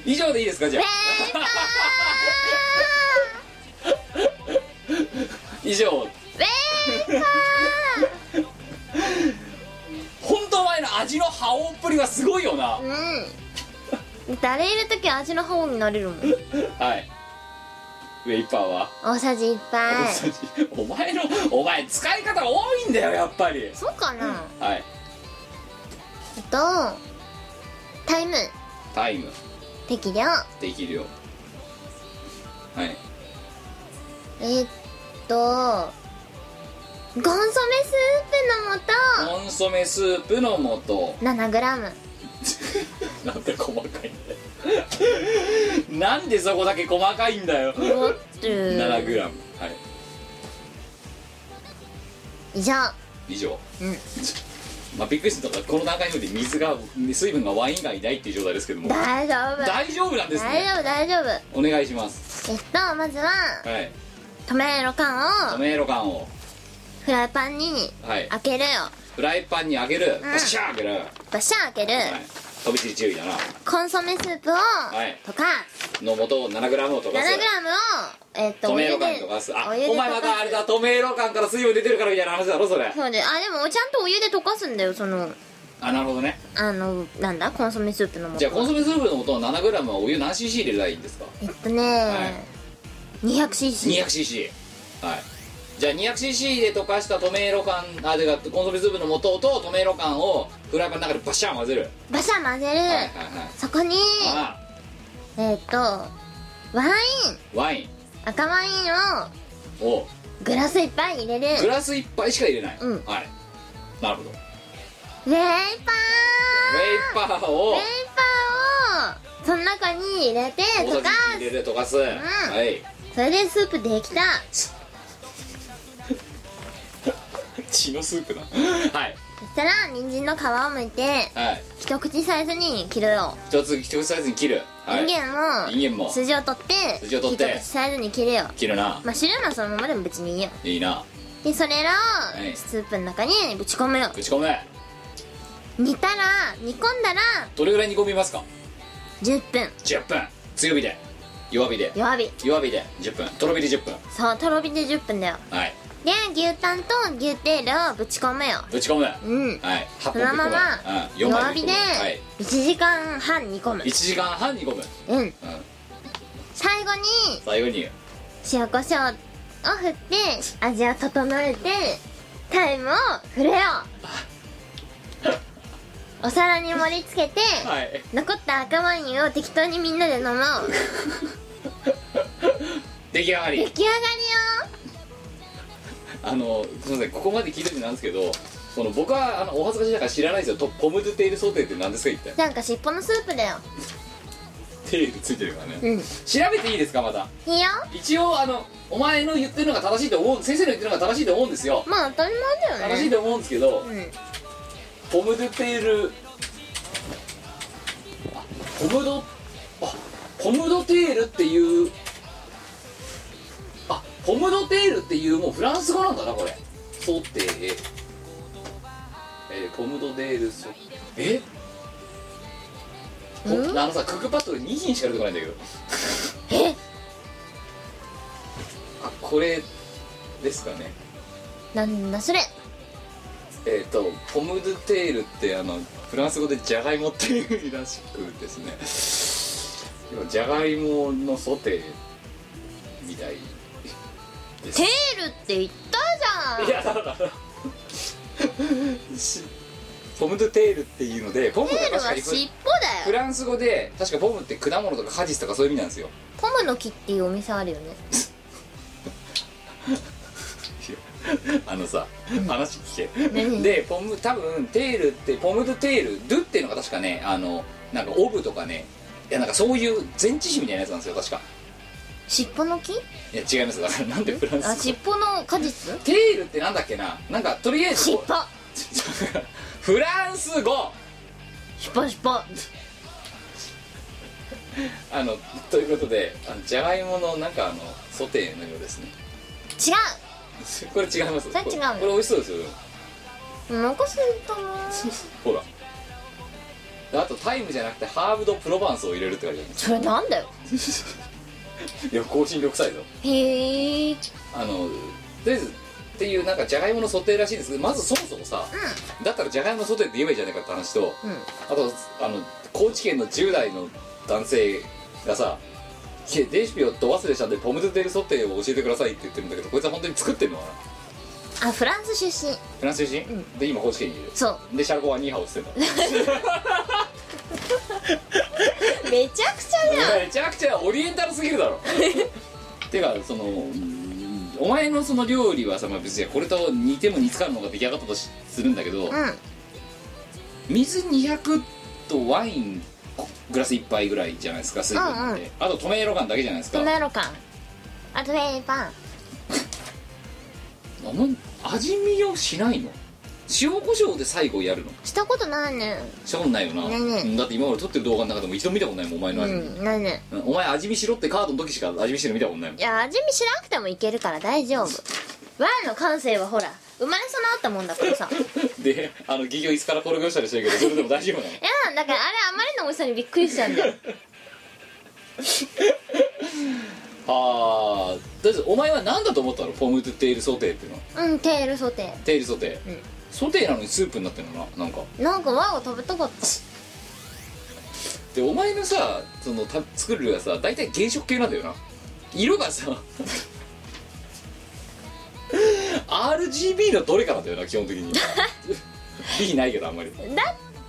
S1: 以上でいいですかじゃあ以上本当お前の味の覇王っぷりはすごいよな、
S2: うん誰いる時は味の方になれるもん
S1: はいウェイパーは、
S2: 大さじ1杯
S1: お前のお前使い方多いんだよやっぱり
S2: そうかな
S1: はい
S2: あとタイム
S1: タイム
S2: 適量
S1: できるよはい
S2: えっとゴンソメスープの
S1: コンソメスープの素 <laughs>
S2: 素 7g
S1: なんで細かいんだよ <laughs> なんでそこだけ細かいんだよ
S3: 持ってる
S1: 7g はい
S2: 以上
S1: 以上、 <laughs> まあびっくりしたのがこの段階において水が水分がワイン以外ないっていう状態ですけども
S2: 大丈夫
S1: 大丈夫なんです
S2: 大
S1: ね
S2: 丈夫大丈夫え
S1: お願いします
S2: っとまずは
S1: はい
S2: トメロ缶
S1: ト
S2: を
S1: メロ缶を
S2: フライパンに
S1: はい
S2: 開けるよ
S1: フライパンにあげるバシャーあげる、はい、
S2: バシャー開ける
S1: 飛び散り注意だな
S2: コンソメスープを
S1: い
S2: とか
S1: の素を 7g を
S2: 7g を
S1: 溶かす
S2: えっと
S1: ト
S2: お湯
S1: メロ缶
S2: で
S1: とかすあ
S2: お湯で
S1: お前ま
S2: 溶
S1: たあ
S2: か
S1: れだトメロ缶から水分出てるからみたいな話だろそれ
S2: すそうであでもちゃんとお湯で溶かすんだよその
S1: あなるほどね
S2: あのなんだコンソメスープの素
S1: じゃあコンソメスープの素の 7g はお湯何 cc 入れればいいんですか
S2: えっとね、
S1: はい
S2: 200cc
S1: 200cc はいじゃあ 200cc で溶かした透明ろ缶あでかコンソメスープの素と透明ろ缶をフライパンの中でバシャン混ぜる、
S3: バシャ混ぜる、
S1: はいはい
S3: そこに
S1: はいあ
S3: えっ、とワイン
S1: ワイン
S3: 赤ワインを
S1: を
S3: グラスいっぱい入れる
S1: グラス一杯しか入れない、
S3: うん
S1: はいなるほどウェイ
S3: ウェイパーウェイ
S1: パーを
S3: パーをその中に入れて
S1: 大
S3: と
S1: さ
S3: か
S1: じ1入れて溶かす、はい
S3: それでスープできた
S1: 血のスープだはい
S3: そしたら人参の皮を剥いて
S1: はい
S3: 一口サイズに切るよ、
S1: 一つ一口サイズに切る、はい、
S3: インゲンも
S1: インゲンも
S3: 筋を取って
S1: 筋を取って
S3: 一口サイズに切るよ
S1: 切るな
S3: まあ汁もそのままでも別にいいよ
S1: いいな
S3: でそれら
S1: い
S3: をスープの中にぶち込むよ
S1: ぶち込め
S3: 煮たら煮込んだら
S1: どれぐらい煮込みますか
S3: 10分
S1: 10分強火で弱火で
S3: 弱火
S1: 弱火で10分とろ火で10分
S3: そうとろ火で10分だよ
S1: はい
S3: で牛タンと牛テールをぶち込むよ
S1: ぶち込むは
S3: うん
S1: い8
S3: そ
S1: 本ぶち込む
S3: のま
S1: う
S3: ま
S1: ん、4
S3: 弱
S1: 枚ぶち込
S3: 火で
S1: むはい
S3: 1時間半煮込む
S1: 1時間半煮込む、うん、
S3: うん最後に
S1: 最後に
S3: 塩コショウを振って味を整えてタイムを振れよお皿に盛り付けて、
S1: はい
S3: 残った赤ワインを適当にみんなで飲もう
S1: 出来上が
S3: 出
S1: り
S3: 来上が
S1: あのすみませんここまで聞いててなんですけどその僕はあのお恥ずかしいだから知らないですよとポム・ドゥ・テール・ソテーって何ですか一体
S3: りよなんか尻尾のスープだよ
S1: テールついてるからね、
S3: うん
S1: 調べていいですかまた
S3: いいよ
S1: 一応あのお前の言ってるのが正しいと思う先生の言ってるのが正しいと思うんですよ
S3: まあ当たり前だよね
S1: 正しいと思うんですけど、
S3: うん
S1: ポム・ドゥ・テールあポムドあポム・ド・テールっていうあポム・ド・テールっていうもうフランス語なんだなこれソテーえーポム・ド・テールソえほあのさクックパッドで2品しか出てこないんだけどあこれですかね
S3: なんだそれ
S1: えっ、とポム・ドゥ・テールってあのフランス語でジャガイモっていう意味らしくですねでもジャガイモのソテーみたいです
S3: テールって言った
S1: い
S3: じゃん
S1: やだからしポム・ドゥ・テールっていうのでポムが
S3: テール
S1: 確か
S3: は
S1: に
S3: 尻尾
S1: フ
S3: だよ
S1: ランス語で確かポムって果物とか果実とかそういう意味なんですよ
S3: ポムの木っていうお店あるよね
S1: あのさ話聞け
S3: 何
S1: でポム多分テールってポム・ドゥ・テールドゥっていうのが確かねあのなんかオブとかねいやなんかそういう前置詞みたいなやつなんですよ確か
S3: 尻尾の木
S1: いや違いますだからなんでフラン
S3: あ
S1: ス語
S3: 尻尾の果実
S1: テールってなんだっけななんかとりあえず
S3: 尻尾
S1: こうフランス語
S3: 尻尾尻尾
S1: あのということであのじゃがいものなんかあのソテーのようですね
S3: 違
S1: これ違います
S3: それ違う
S1: こ
S3: の
S1: れこれ美味しそうです
S3: <laughs>
S1: よ
S3: う残すと思う
S1: ほらであとタイムじゃなくてハーブドプロバンスを入れるって書いてある
S3: それなんだよ
S1: いや更新6歳ぞ
S3: へえ
S1: あのとりあえずっていうなんかじゃがいものソテーらしいんですけどまずそもそもさ、だったらじゃがいものソテーって言えばいいじゃないかって話と、あとあの高知県の10代の男性がさ「いやレシピをど忘れしたんでポム・ドゥ・テールソテーを教えてください」って言ってるんだけどこいつは本当に作ってるのかな
S3: あフランス出身
S1: フランス出身、で今高知県にいる
S3: そ
S1: でシャルコはニーハオしてんだ
S3: うめちゃくちゃだよ
S1: めちゃくちゃオリエンタルすぎるだ
S3: <laughs>
S1: ろてかそのうんお前のその料理はさ、まあ、別にこれと似ても似つかぬのが出来上がったとしするんだけど、
S3: うん
S1: 水200とワイングラス1杯ぐらいじゃないですか水分って、
S3: うんうん
S1: あと透明ロガンだけじゃないですか
S3: トメロ感あとフェイパン
S1: お前味見をしないの塩コショウで最後やるの
S3: したことないね
S1: したことないよな、
S3: ねえねえ
S1: うんだって今まで撮ってる動画の中でも一度見たことないもんお前の
S3: う
S1: 味見、
S3: んないね
S1: うんお前味見しろってカードの時しか味見してるの見たことないもん
S3: いや味見しなくてもいけるから大丈夫ワンの感性はほら生まれ備わったもんだからさ <laughs> い
S1: <laughs> であの企業椅子から転げ落ちたりしてるけどそれでも大丈夫なの
S3: やだからあれあまりの美味しさにびっくりしちゃうんだよ
S1: ああだってお前は何だと思ったのポム・ドゥ・テール・ソテーっていうの
S3: うんテールソテ
S1: テールソテー、
S3: うん
S1: ソテーなのにスープになってるのななんか
S3: ーなんかワンを食べたかった
S1: でお前のさそのた作る量がさ大体原色系なんだよな色がさ RGB のどれかなんだよな基本
S3: <laughs>
S1: 的に B ないけどあんまり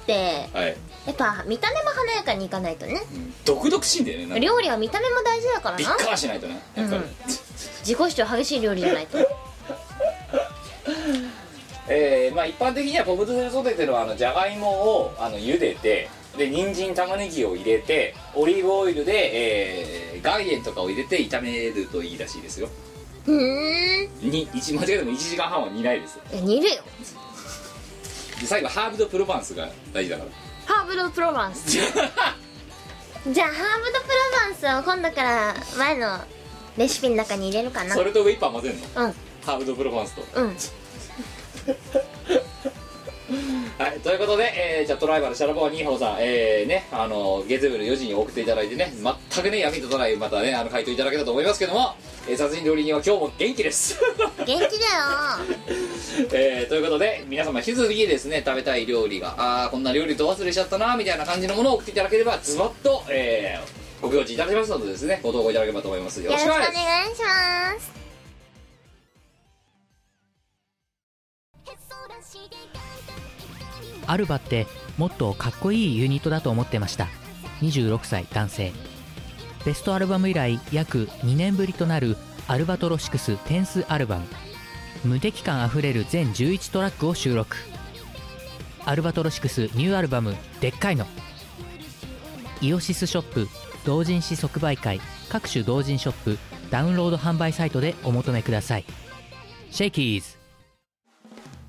S3: で
S1: はい、
S3: やっぱ見た目も華やかにいかないとね
S1: うん、毒々しいんだよねなんか
S3: 料理は見た目も大事だから
S1: ビ
S3: な
S1: ッカーしないとねやっぱり、
S3: うん自己主張激しい料理じゃないと
S1: えーまあ一般的にはポテトサラダソテーっていうのはあのじゃがいもをあの茹でてで人参玉ねぎを入れてオリーブオイルで、えー、岩塩とかを入れて炒めるといいらしいですよ
S3: ふーん
S1: に一間違えても1時間半は煮ないです
S3: いや煮るよ
S1: で最後ハーブとプロバンスが大事だから
S3: ハーブ・ド・プロバンスじゃあハーブ・ド・プロバンスを今度から前のレシピの中に入れるかな
S1: それとウェイパー混ぜるの
S3: うん
S1: ハーブとプロバンスと
S3: うん
S1: はいということで、えーじゃあトライバルシャラボーニーホーさんえー、ねあの月曜日の4時に送っていただいてね全くね闇ととないまたねあの回答いただけたと思いますけども、えー、殺人料理人は今日も元気です
S3: 元気だよ
S1: えーということで皆様引き続きですね食べたい料理があーこんな料理と忘れちゃったなみたいな感じのものを送っていただければズバッと、えーご教示いただきますのでですねご投稿いただければと思いますよ
S3: よ
S1: ろ
S3: ろ
S1: し
S3: し
S1: く
S3: く
S1: お
S3: お
S1: 願い
S3: 願
S1: し
S3: い
S1: ます
S3: します
S6: アルバってもっとかっこいいユニットだと思ってました26歳男性ベストアルバム以来約2年ぶりとなるアルバトロシクステンスアルバム無敵感あふれる全11トラックを収録アルバトロシクスニューアルバム「でっかいの」イオシスショップ同人誌即売会各種同人ショップダウンロード販売サイトでお求めくださいシェイキーズ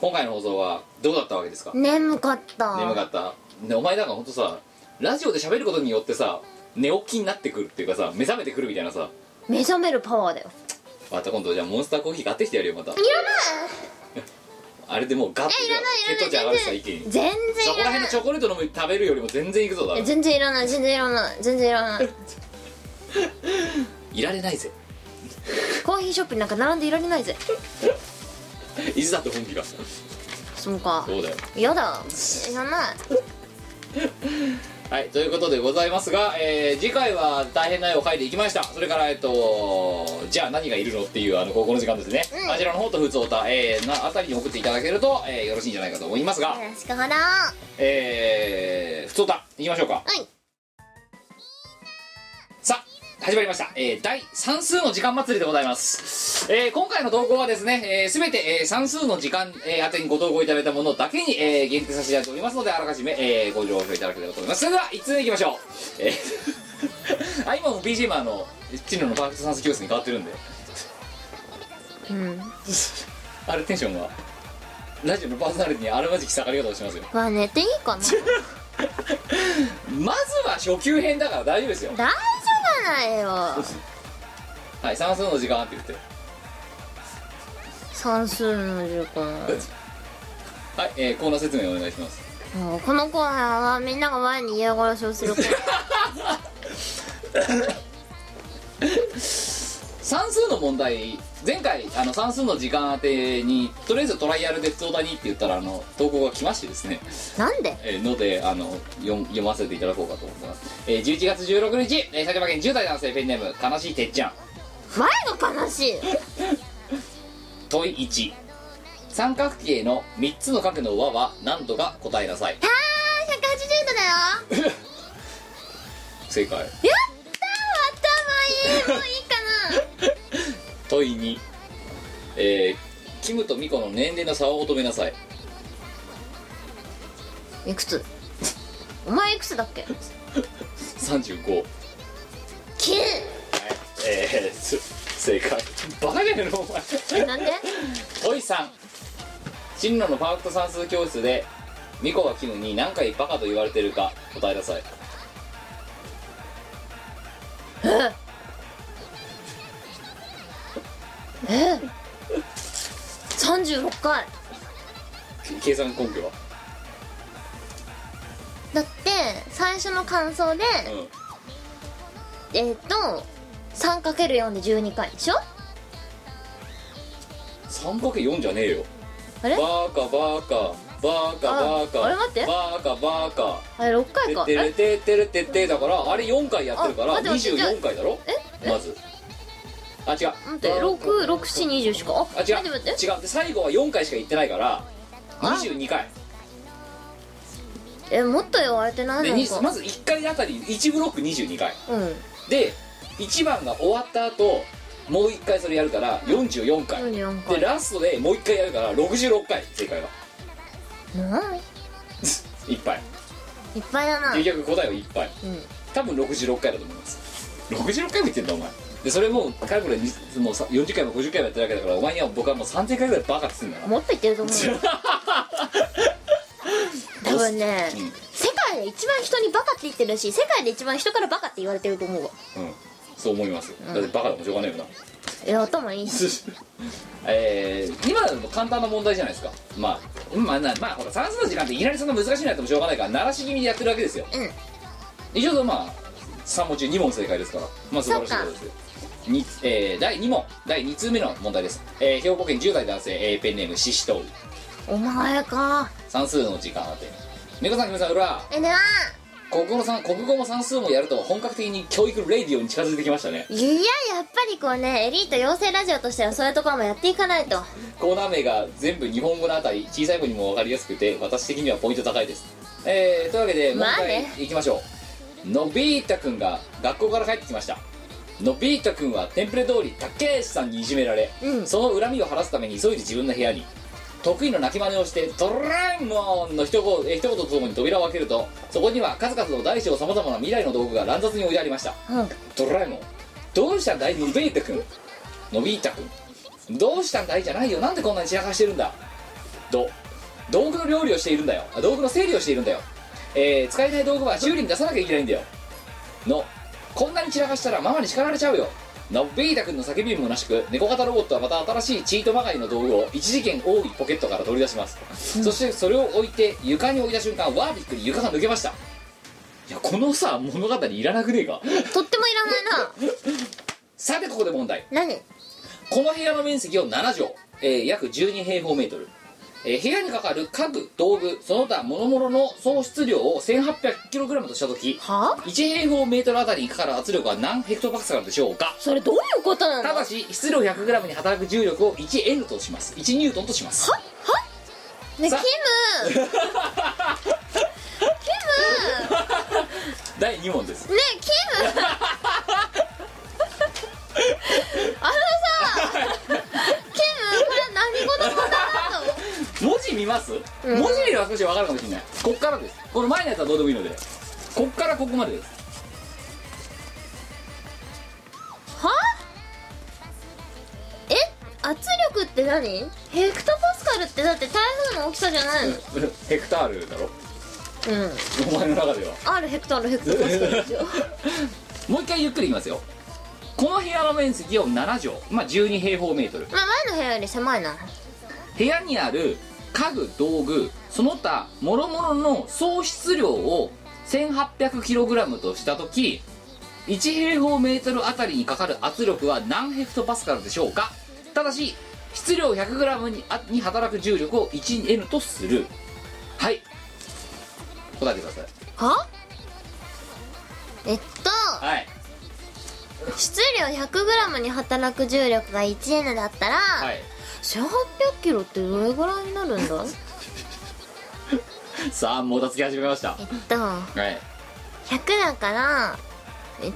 S1: 今回の放送はどうだったわけですか
S3: 眠かった
S1: 眠かったねお前なんかほんとさラジオで喋ることによってさ寝起きになってくるっていうかさ目覚めてくるみたいなさ
S3: 目覚めるパワーだよ
S1: また今度じゃあモンスターコーヒー買ってきてやるよまたいらないあれでもうガッて
S3: いやいらないいらない
S1: 血糖値上がるしさ一気に
S3: 全然
S1: そこ
S3: い
S1: ら
S3: ら
S1: 辺
S3: な
S1: の
S3: い
S1: チョコレートの食べるよりも全然いくぞだろ
S3: 全然いらない全然いらない全然いらない
S1: いられないぜ
S3: コーヒーショップになんか並んでいられないぜ
S1: いつだって本気が
S3: そうか
S1: そうだよ
S3: やだいらない
S1: はいということでございますが、えー次回は大変な絵を描いていきましたそれからえっとじゃあ何がいるのっていうあの高校の時間ですね、あちらの方と普通おた、えーなあたりに送っていただけると、えーよろしいんじゃないかと思いますが
S3: よろしくほど
S1: えー、普通おたいきましょうか
S3: はい
S1: さあ始まりました、えー第算数の時間祭りでございます、えー今回の投稿はですね、えー、全て、えー算数の時間、えー宛てにご投稿いただいたものだけに、えー限定させていただいておりますのであらかじめ、えーご了承いただければと思いますそれでは1通目いきましょう、えー <laughs> あ今も BGM はあのチヌのパーフェクト算数教室に変わってるんで
S3: うん
S1: あれテンションがラジオのパーソナリティにあるまじき下がり方をしますよ
S3: まあ寝ていいかな
S1: まずは初級編だから大丈夫ですよ
S3: 大丈夫ないよ
S1: はい算数の時間って言って
S3: 算数の時間
S1: はい、えー、コーナー説明お願いします
S3: もうこのコーナーはみんなが前に嫌がらせを
S1: <laughs>
S3: するコーナー
S1: 算数の問題前回あの算数の時間当てにとりあえずトライアルで普通だにって言ったらあの投稿が来ましてですね、
S3: なんで
S1: えーのであの読読ませていただこうかと思います、えー11月16日、えー埼玉県10代男性ペンネーム悲しいてっちゃん
S3: 前が悲しい
S1: 問い1三角形の3つの角の和は何度か答えなさい
S3: 180度だよ
S1: 正解
S3: やったー頭いいもういいかな
S1: 問い2えーキムとミコの年齢の差を求めなさい
S3: いくつお前いくつだっけ
S1: 35
S3: 9
S1: えー、す正解バカじゃねえのお前
S3: なんで
S1: おいさん進路のパーフェクト算数教室でミコがキムに何回バカと言われてるか答えなさい
S3: え36回
S1: け計算根拠は
S3: だって最初の感想で
S1: うん
S3: えっ、と 3×4 で12回でしょ
S1: 3×4 じゃねえよ
S3: あれ
S1: バーカバーカバーカバーカ
S3: ああれ待って
S1: バーカバーカ
S3: あれ6回か
S1: てれ
S3: え
S1: てれてれてってだからあれ4回やってるか
S3: あ
S1: ら
S3: 待って待ってじゃあ
S1: 24回だろまずあ違う
S3: 待って6620しかあ
S1: あ違う
S3: 待って待って
S1: 違うで最後は4回しか言ってないから22回
S3: えもっと言われてない
S1: で
S3: の
S1: に
S3: か
S1: まず1回あたり1ブロック22回
S3: うん
S1: で1番が終わった後もう1回それやるから44回
S3: 44
S1: で
S3: 回
S1: ラストでもう1回やるから66回正解は <laughs>
S3: なんい
S1: いっぱい
S3: っぱいだな
S1: 結局答えはいっぱい
S3: うん
S1: 多分66回だと思います66回も言ってんだお前でそれもうかれこれにもうさ40回も50回もやってるわけだからお前には僕はもう3000回ぐらいバカっつってんだから
S3: もっと言ってると思うよ多分ね、
S1: うん
S3: 世界で一番人にバカって言ってるし世界で一番人からバカって言われてると思うわ
S1: <laughs> うんそう思います、だってバカでもしょうがないよな
S3: いや頭いいし
S1: <laughs> えー、今でも簡単な問題じゃないですかまあうんまあなまあほら算数の時間っていきなりそんな難しいのやってもしょうがないから鳴らし気味でやってるわけですよ
S3: うん
S1: 一応まあ3問中2問正解ですからまあ素晴らしいことですよにえー、第2問第2通目の問題です、えー、兵庫県10代男性、えーペンネームシシトウ
S3: お前か
S1: 算数の時間あって猫さんキムさん裏
S3: えな
S1: 国語の算国語も算数もやると本格的に教育レディオに近づいてきましたね
S3: いややっぱりこうねエリート養成ラジオとしてはそういうところもやっていかないと
S1: コーナー名が全部日本語のあたり小さい子にも分かりやすくて私的にはポイント高いですえー、というわけで問
S3: まあ
S1: 題
S3: ね
S1: いきましょう、のびーたくんが学校から帰ってきましたのびーたくんはテンプレ通り竹内さんにいじめられ、
S3: うん
S1: その恨みを晴らすために急いで自分の部屋に得意の泣き真似をして「ドラえもん!」の一言えー一言とともに扉を開けるとそこには数々の大小さまざまな未来の道具が乱雑に置いてありました
S3: うん
S1: ドラえもんどうしたんだいのび太くんのび太くんどうしたんだいじゃないよなんでこんなに散らかしてるんだど道具の料理をしているんだよあ道具の整理をしているんだよ、えー使いたい道具は修理に出さなきゃいけないんだよのこんなに散らかしたらママに叱られちゃうよのび太くんの叫びもなしく猫型ロボットはまた新しいチートまがいの道具を一次元多いポケットから取り出します、そしてそれを置いて床に置いた瞬間わーびっくり床が抜けましたいやこのさ物語いらなくねえか
S3: とってもいら <laughs> ない
S1: さてここで問題
S3: な何
S1: この部屋の面積を7畳、えー約12平方メートル、えー部屋にかかる家具道具その他諸々の総質量を 1800kg とした時
S3: は
S1: 1平方メートルあたりにかかる圧力は何ヘクトパスカルでしょうか
S3: それどういうことなの
S1: ただし質量 100g に働く重力を 1N とします1ニュートンとします
S3: ねキ
S1: さ
S3: ムキムね
S1: 第2問です
S3: キ <laughs> ムあのさキムこれ何事もなの
S1: 文字見ます、
S3: ん
S1: 文字見れば少し分かるかもしれないこっからですこの前のやつはどうでもいいのでこっからここまでです
S3: はえ圧力って何ヘクトパスカルってだって台風の大きさじゃないの
S1: <laughs> ヘクタールだろ
S3: うん
S1: お前の中では
S3: R ヘクトールヘクトパスカルですよ
S1: もう一回ゆっくりいきますよこの部屋の面積を7畳、まあ、12平方メートル
S3: まあ前の部屋より狭いな
S1: 部屋にある家具道具その他諸々の総質量を 1800kg とした時1平方メートルあたりにかかる圧力は何ヘクトパスカルでしょうかただし質量 100g にあに働く重力を 1N とするはい答えてください
S3: はえっと
S1: はい
S3: 質量 100g に働く重力が 1N だったら、
S1: はい
S3: 1800キロってどれぐらいになる
S1: <laughs>
S3: んだ
S1: さあもたつき始めました
S3: えっと100
S1: はい
S3: だからえ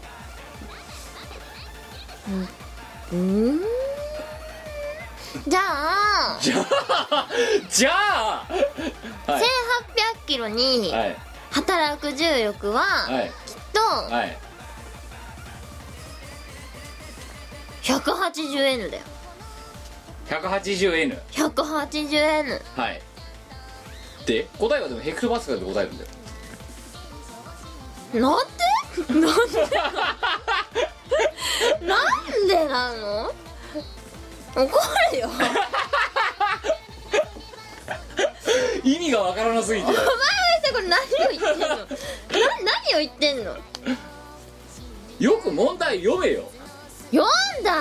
S3: うんうーんじゃあ
S1: じゃあじゃあは
S3: 1800キロに
S1: はい
S3: 働く重力は
S1: はい
S3: と
S1: はい
S3: 180N だよ
S1: 180N
S3: 180N
S1: はいで答えはでもヘクトパスカルで答えるんだよ
S3: なんでなんでなんでなの怒るよ
S1: 意味がわからなすぎて
S3: これ何を言ってんのな何を言ってんの
S1: よく問題読めよ
S3: 読んだよ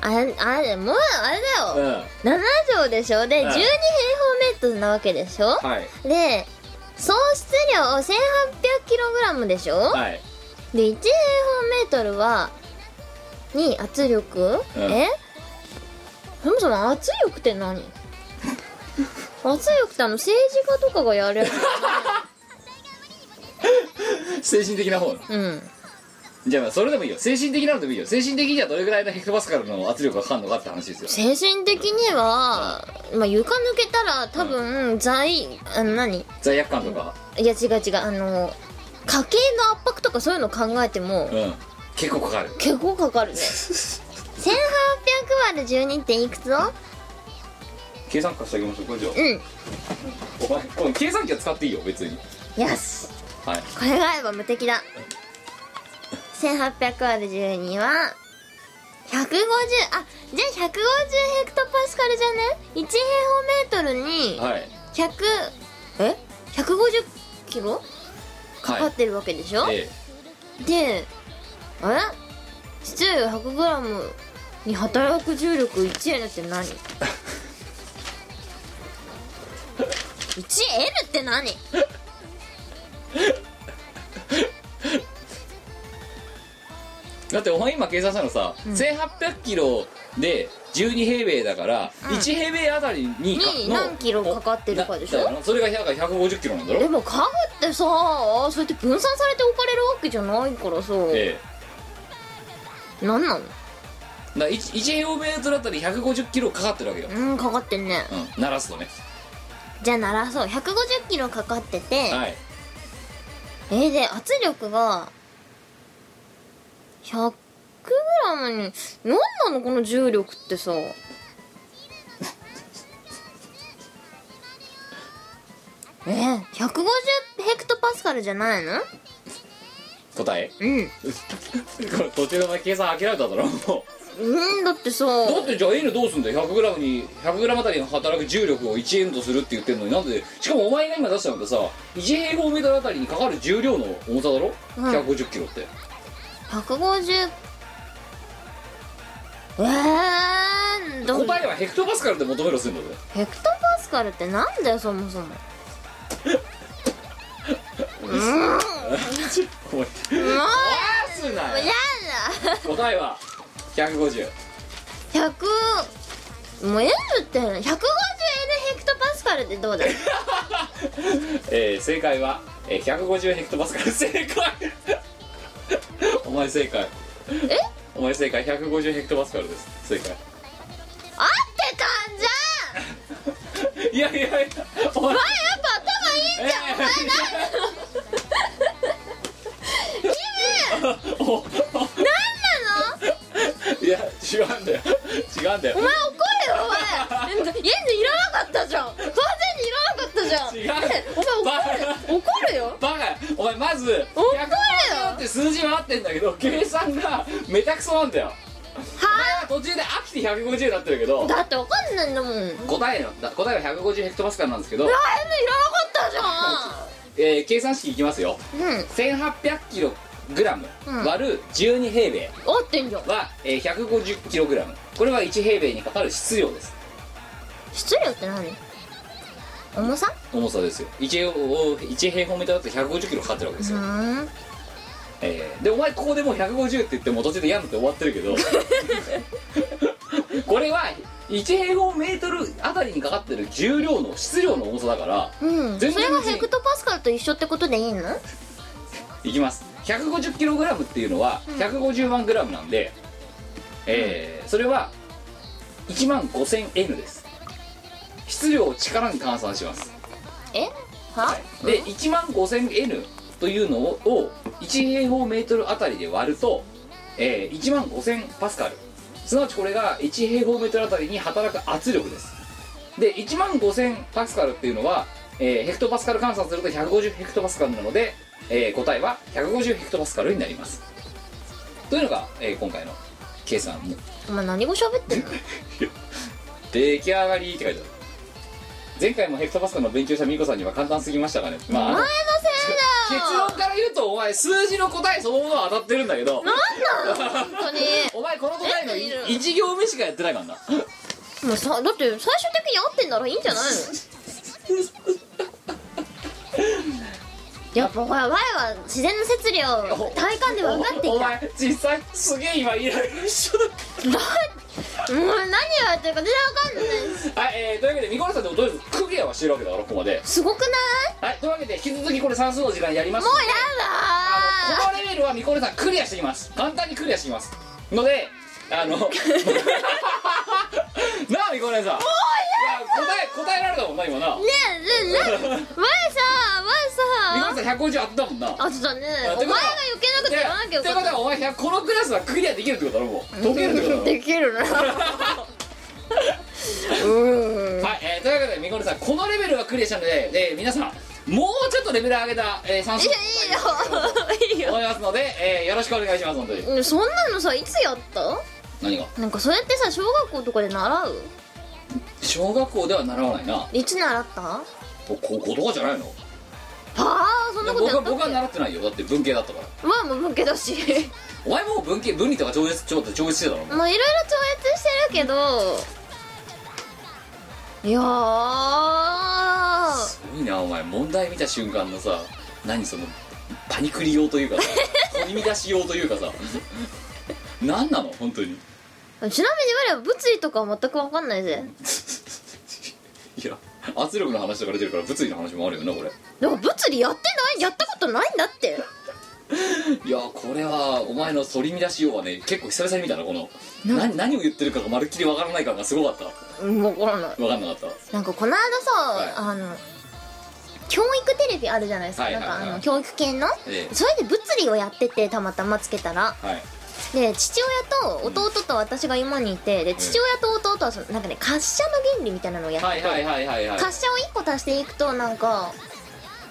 S3: あれあれもうあれ
S1: う
S3: だ
S1: ん
S3: よ7畳でしょで
S1: うん
S3: 12平方メートルなわけでしょ
S1: はい
S3: で総質量 1800kg でしょ
S1: はい
S3: で1平方メートルはに圧力、
S1: うん
S3: えそもそも圧力って
S1: <laughs>
S3: 何圧力ってあの政治家とかがやるや
S1: <laughs>
S3: つ
S1: 精神的な方の
S3: うん
S1: じゃあまあそれでもいいよ精神的なのでもいいよ精神的にはどれぐらいのヘクトパスカルの圧力がかかるのかって話ですよ
S3: 精神的には、まあ、床抜けたら多分罪あの何い
S1: 罪悪感とか
S3: や違う違うあの家計の圧迫とかそういうの考えても
S1: うん結構かかる
S3: 結構か
S1: <laughs>
S3: かるね1800割る12っていくつの
S1: 計算機貸してあげましょうこれじゃあ
S3: うん
S1: お前この計算機は使っていいよ別に
S3: よし
S1: はい
S3: これがあれば無敵だ1800割る12は150あじゃあ150ヘクトパスカルじゃね1平方メートルに
S1: はい
S3: 100え150キロかか
S1: は
S3: ってるわけでしょ、
S1: いえ
S3: であれ質量 100g に働く重力1 L っ
S1: <laughs>
S3: て何 1L って何
S1: えだってお前今計算したのさ、1800キロで12平米だから、1平米あたりに
S3: に何キロかかってるかでしょ
S1: だらそれがだから150キロなんだろ
S3: でも家具ってさそうやって分散されて置かれるわけじゃないからさ、
S1: ええ
S3: なんな
S1: だ
S3: の
S1: から 1, 平方メートルあたり150キロかかってるわけよ、
S3: うんかかってんね
S1: うん、鳴らすとね
S3: じゃあならそう150キロかかってて、
S1: はい
S3: えーで圧力が 100g に何なのこの重力って
S1: <laughs>
S3: さえー、150ヘクトパスカルじゃないの
S1: 答え
S3: うん
S1: これ途中でお前計算諦めただろも
S3: うんだってさ
S1: うだってじゃあ N どうすんだよ 100g に 100g あたりの働く重力を 1N とするって言ってんのになんでしかもお前が今出したのってさ1平方メートルあたりにかかる重量の重さだろ、
S3: うん
S1: 150キロって
S3: 150えー、ど
S1: 答えはヘクトパスカルで求めろすんだぜ
S3: ヘクトパスカルってなんだよそもそも
S1: お前
S3: もうや
S1: すなよ
S3: だ
S1: 答えは150
S3: 100もう L って 150N ヘクトパスカルってどうだ
S1: えー、正解は、えー、150ヘクトパスカル正解お前正解
S3: え
S1: お前正解150ヘクトパスカルです正解
S3: 合ってたんじゃん
S1: いやいやいやお前
S3: やっぱ頭いい
S1: えーお
S3: なんなの
S1: いや違うんだよ違うんだよ
S3: お前怒れよお前家にいらなかったじゃん完全にいらなかったじゃん <laughs>
S1: 違う
S3: えお前怒る怒るよ
S1: バカお前まず
S3: 怒るよ
S1: 150って数字は合ってんだけど計算がめちゃくそなんだよ
S3: は
S1: 途中で飽きて150になってるけど
S3: だってわかんないんだもん M いらなか
S1: 答えのだ答えは150ヘクトパスカルなんですけど、
S3: ったじゃ
S1: えー計算式いきますよ
S3: んうん
S1: 1800キログラム割る12平米
S3: 合ってんじゃん
S1: は、えー150キログラムこれは1平米にかかる質量です
S3: 質量って何重さ
S1: 重さですよ 1, 1平方メートルだと150キロかかってるわけです
S3: う
S1: よ、
S3: ーん
S1: えーでお前ここでもう150って言ってもう途中でやんって終わってるけどこれは1平方メートルあたりにかかってる重量の質量の重さだから
S3: うんそ
S1: 全然
S3: れが
S1: 別に
S3: ヘクトパスカルと一緒ってことでいいの
S1: いきます150キログラムっていうのは150万グラムなんで、えーそれは1万 5000N です質量を力に換算します
S3: えは
S1: で1万 5000N というのを1平方メートルあたりで割ると、え1万5000パスカルすなわちこれが1平方メートルあたりに働く圧力ですで1万5000パスカルっていうのは、えーヘクトパスカル換算すると150ヘクトパスカルなので、えー答えは150ヘクトパスカルになりますというのが、えー今回の計算
S3: お前何語喋ってんの
S1: 出来上がりって書いてある前回もヘクトパスカルの勉強したミコさんには簡単すぎましたがねまああの結論から言うとお前数字の答えそのものは当たってるんだけど
S3: 本当に
S1: お前この答えの
S3: え
S1: い一行目しかやってないからな
S3: もうさだって最終的に合ってんならいいんじゃないのやっぱほら Y は自然の摂理を体感で分かって
S1: お
S3: きた
S1: 前実際すげえ今イライラしちゃっ
S3: もう何をやってるか全然分かんない
S1: たはい、えー、というわけでミコラさんでもとりあえずクリアはしてるわけだからここまです
S3: ごくない
S1: はいというわけで引き続きこれ算数の時間やります
S3: もう
S1: ので
S3: や
S1: あの
S3: だ
S1: このレベルはミコルさんクリアしてきます簡単にクリアしてきますのであの <laughs> なあミコルさんもうや答え答えられたもんな今なミ
S3: ねえねえねえ Y さ Y
S1: コ
S3: さ
S1: ルさん150あったもんな
S3: あとだね
S1: あ
S3: お前が余計なこと言わなきゃよ
S1: って
S3: か
S1: こ
S3: っ
S1: とはお前このクラスはクリアできるってことだろもう解けるってことだろ
S3: た <laughs> でき
S1: <laughs>
S3: るなうん
S1: はい、えー、というわけでみこるさんこのレベルはクリアしたので、えー皆さんもうちょっとレベル上げた、えー、算
S3: い
S1: 数
S3: やいいよいいよ
S1: 思いますので、えーよろしくお願いします本当に
S3: うんそんなのさいつやった
S1: 何が
S3: なんかそうやってさ小学校とかで習う
S1: 小学校では習わないない
S3: つ習ったは
S1: 高校とかじゃないの
S3: あそんなこと
S1: 僕
S3: や
S1: は
S3: ったっ
S1: 僕は
S3: け
S1: 習ってないよだって文系だったから
S3: まあもう文系だし <laughs>
S1: お前もう文系文理とか超越超越超越してたろ
S3: まあいろいろ超越してるけどいやー
S1: すごいなお前問題見た瞬間のさ何そのパニクリ用と
S3: <laughs>
S1: いうかさ取り乱し用というかさ何なの本当に
S3: ちなみに我は物理とかは全く分かんないぜ
S1: いや圧力の話とか出てるから物理の話もあるよなこれ
S3: だから物理やってないやったことないんだって
S1: いやこれはお前の取り乱しようはね結構久々に見たなこのな何を言ってるかがまるっきりわからない感がすごかっ
S3: うん分からない
S1: たわかんなかった
S3: なんかこの間さ、
S1: はい
S3: あの教育テレビあるじゃないですか、
S1: はいはいはい
S3: なんかあの教育系の、
S1: ええ
S3: それで物理をやっててたまたまつけたら
S1: はい
S3: で父親と弟と私が今にいてで父親と弟はそのなんかね滑車の原理みたいなのをやって、
S1: はいはいはいはいはい
S3: 滑車を1個足していくとなんか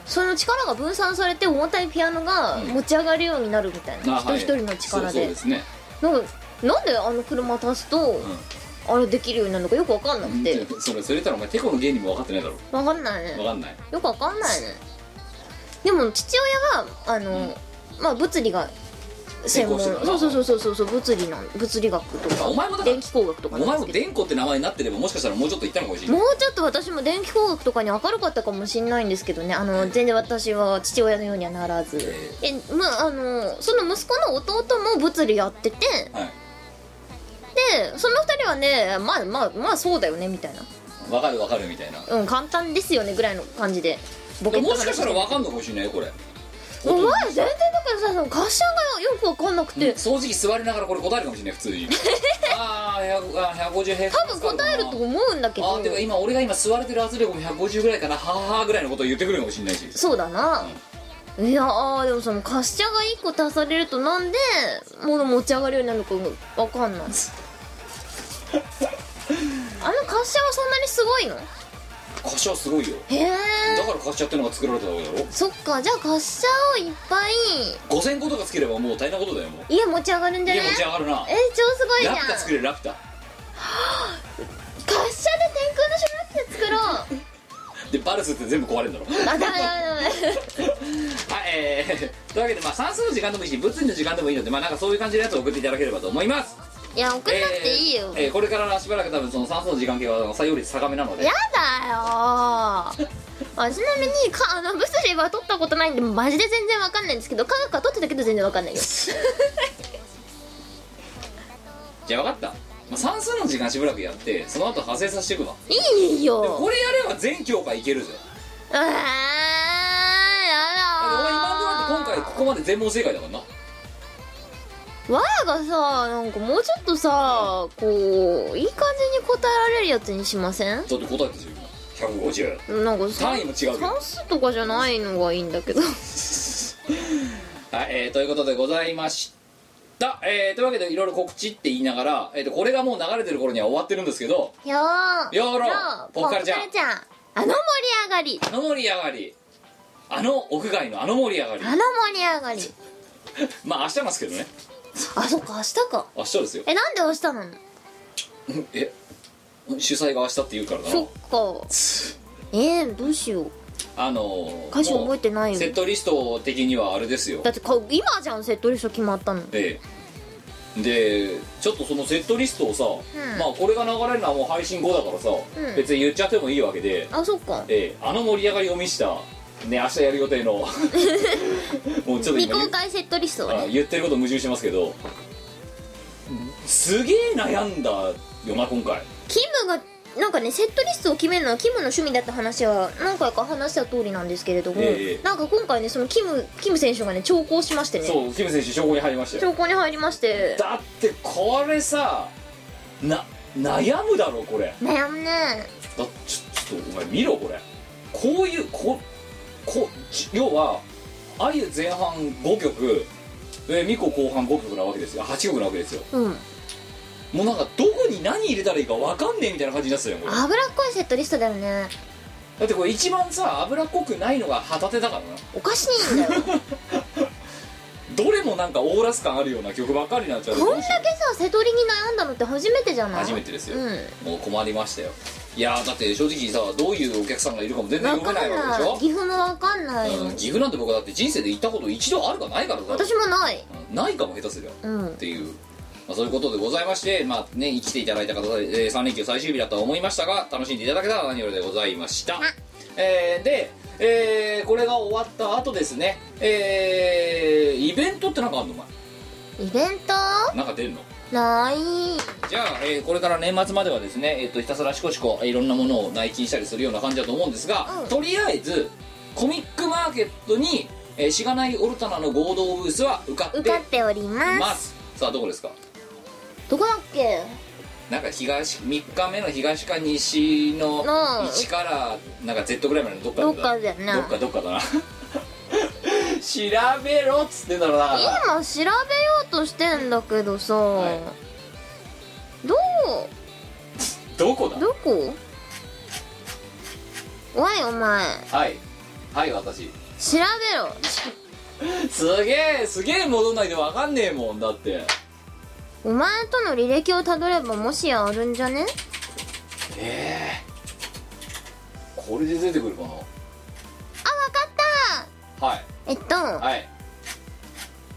S3: その力が分散されて重たいピアノが持ち上がるようになるみたいな、
S1: あはい
S3: 一人一人の力
S1: そうそう
S3: で
S1: ですね
S3: なんかなんであの車足すと、あれできるようになるのかよくわかんなくて、
S1: うんそれそれ言ったらお前テコの原理も分かってないだろ
S3: わかんないね
S1: 分かんない
S3: よくわかんないねでも父親があの、まあ物理が専門
S1: 専攻してた
S3: そ
S1: な
S3: うそうそうそうそうそう物理なん物理学とか
S1: お前もだから
S3: 電気工学と
S1: お
S3: かなん
S1: 前
S3: です
S1: も
S3: けど
S1: 電子って名前になってればもしかしたらもうちょっといったのかもしれない
S3: もうちょっと私も電気工学とかに明るかったかもしれないんですけどねあの全然私は父親のようにはならずえ、まあ、あのその息子の弟も物理やってて
S1: はい
S3: でその二人はねまあまあまあそうだよねみたい
S1: 分かる分かるみたいな
S3: なうん簡単ですよねぐらいの感じでボ
S1: で
S3: ケ
S1: も
S3: と
S1: もしかしたら分かんのかもしれないよこれ
S3: お前全然だからさその合唱がよくわかんなくて
S1: 掃除機座りながらこれ答えるかもしれない普通
S3: <laughs>
S1: にあー100あ150ヘ
S3: 多分答えると思うんだけ
S1: あ
S3: ど
S1: ーてか今俺が今座れてる圧力も150ぐらいかなはーはーぐらいのことを言ってくるかもしれないし
S3: そうだな、いやーでもその滑車が1個足されるとなんで物持ち上がるようになるのかわか
S1: <laughs>
S3: んないあの滑車はそんなにすごいの
S1: 歌詞はすごいよ
S3: へえ
S1: だから歌詞やってるのが作られたわけだろ
S3: そっかじゃあ滑車をいっぱい
S1: 5000個とかつければもう大変なことだよもう
S3: 家持ち上がるんじゃ
S1: 家
S3: ない
S1: 持ち上がるな
S3: えー、超すごいじゃん
S1: ラピ
S3: 滑
S1: ュタ
S3: 車
S1: 作
S3: で
S1: れるラピュタ
S3: 天空の城ラピュタ作ろう
S1: でバルスって全部壊れるんだろはい
S3: あダメダメダメ
S1: えー、というわけでまあ算数の時間でもいいし物理の時間でもいいのでまあなんかそういう感じのやつを送っていただければと思います
S3: いや送んなくていいよ、
S1: えーえーこれからしばらく多分その算数の時間系はあの採用率高めなので
S3: やだよーあちなみにかあの物理は取ったことないんでマジで全然わかんないんですけど科学は取ってたけど全然わかんない <laughs> よ
S1: じゃあ分かった、まあ、算数の時間しばらくやってその後派生させていくわ
S3: いいよ
S1: これやれば全教科いけるぜ
S3: あー
S1: だ
S3: や
S1: ってお前今のと
S3: だ
S1: ころって今回ここまで全問正解だからな
S3: わやがさなんかもうちょっとさこういい感じに答えられるやつにしません
S1: だって答えてるよ今150
S3: なんかさ
S1: 単位も違うけど
S3: 算数とかじゃないのがいいんだ <laughs> けど
S1: はい、えーということでございました、えーというわけでいろいろ告知って言いながら、えー、とこれがもう流れてる頃には終わってるんですけど
S3: よー
S1: よーろポ
S3: ポ
S1: ッ
S3: ッ
S1: カル
S3: カル
S1: ち
S3: ち
S1: ゃ
S3: ゃ
S1: ん
S3: んあの盛り上がり
S1: あの盛り上がりあの屋外のあの盛り上がり
S3: あの盛り上がり
S1: まあ明日なんですけどね
S3: あそっか明日か
S1: 明日ですよ
S3: えなんで明日なの
S1: え主催が明日って言うからな
S3: そっかえー、どうしよう
S1: あの
S3: 歌詞覚えてないよ
S1: セットリスト的にはあれですよ
S3: だってか今じゃんセットリスト決まったの
S1: ででちょっとそのセットリストをさ、
S3: ん
S1: まあこれが流れるのはもう配信後だからさ、
S3: ん
S1: 別に言っちゃってもいいわけで、
S3: あそっか
S1: ええあの盛り上がりを見したね明日やる予定
S3: <laughs>
S1: のもうちょっと
S3: 未
S1: 今言
S3: 公
S1: う
S3: 開セットリストは
S1: あ
S3: ね
S1: 言ってること矛盾しますけどすげえ悩んだよな今回
S3: キムがなんかねセットリストを決めるのはキムの趣味だった話は何回か話した通りなんですけれども、
S1: ええ
S3: なんか今回ねそのキムキム選手がね長考しましてね
S1: そうキム選手証拠に入りましたよ
S3: 長考に入りまして
S1: だってこれさな悩むだろこれ
S3: 悩むね
S1: だちょちょっとお前見ろこれこういうここち要はあゆ前半5曲えミコ後半5曲なわけですよ8曲なわけですよ
S3: うん
S1: もうなんかどこに何入れたらいいかわかんねえみたいな感じになってたよこれだ
S3: 脂っこいセットリストだよね
S1: ってこれ一番さ脂っこくないのが旗手だからな
S3: おかしいんだ
S1: <laughs>
S3: よこ
S1: どれもなんかオーラス感あるような曲ばっかりになっちゃうとど
S3: ん
S1: う
S3: だ
S1: しよ
S3: けさ瀬戸りに悩んだのって初めてじゃ
S1: う
S3: ない
S1: 初めてですよ、
S3: う
S1: もう困りましたよいやーだって正直さどういうお客さんがいるかも全
S3: ん
S1: 然
S3: わ
S1: 読
S3: か
S1: めないわ
S3: ん
S1: け
S3: ない
S1: でし
S3: 岐阜もわかんないよ、
S1: ょ、うん、岐阜なんて僕だって人生で行ったこと一度あるかないからだ
S3: 私もない
S1: うんないかも下手すりゃ
S3: うん
S1: っていう、まあ、そういうことでございましてまあね生きていただいた方で、え3連休最終日だとは思いましたが楽しんでいただけたら何よりでございましたえーで、えーこれが終わった後ですねえーイベントってなんかあるのお前
S3: イベント
S1: なんか出るの
S3: ない
S1: じゃあ、えーこれから年末まではですね、えー、とひたすらしこしこえーいろんなものを内勤したりするような感じだと思うんですが、
S3: うん
S1: とりあえずコミックマーケットに、えーしがないオルタナの合同ブースは受かって
S3: 受かっております
S1: ますさあどこですか
S3: どこだっけ
S1: なんか東3日目の東か西の
S3: なあ
S1: 1からなんか Z ぐらいまでのどっか
S3: どっかだよね
S1: どっかどっかだな <laughs> 調べろっつってんだろうな
S3: 今調べようとしてんだけどさ、
S1: い
S3: ど
S1: どこ
S3: う
S1: だ
S3: どこおいお前
S1: はいはい私
S3: 調べろ
S1: すげえすげえ戻んないでわかんねえもんだって
S3: お前との履歴をたどればもしやあるんじゃね
S1: ええこれで出てくるか
S3: あわかっ
S1: なはい
S3: たえっと、
S1: はい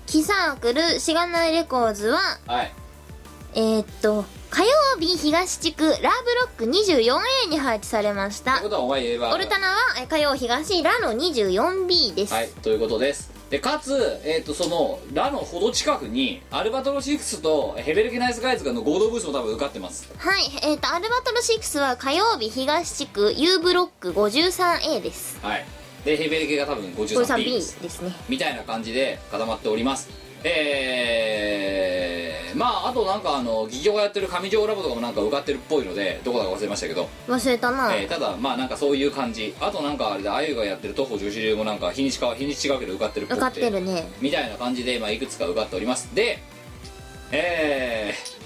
S3: キサークルしがないレコーズは
S1: はい
S3: えーっと火曜日東地区ラーブロック 24A に配置されまし
S1: とい
S3: た
S1: うことはお前言えば
S3: オルタナはえ火曜東ラの 24B です、
S1: はいということですでかつ、えー、とそのラのほど近くにアルバトロシックスとヘベルケナイスガイズがの合同ブースも多分受かってます
S3: はい、えっ、と、アルバトロ6は火曜日東地区 U ブロック 53A です。
S1: はいでヘベルケが多分 53B で
S3: 53B
S1: す
S3: ですね。
S1: みたいな感じで固まっておりますえー、まああとなんかあの企業がやってる上条ラボとかもなんか受かってるっぽいのでどこだか忘れましたけど、
S3: 忘れたな。
S1: えーただまあなんかそういう感じあとなんかあれだあゆがやってる徒歩女子流もなんか日にちか日にち違うけど受かってるっぽく
S3: 受かってるね。
S1: みたいな感じで、まあ、いくつか受かっておりますでえー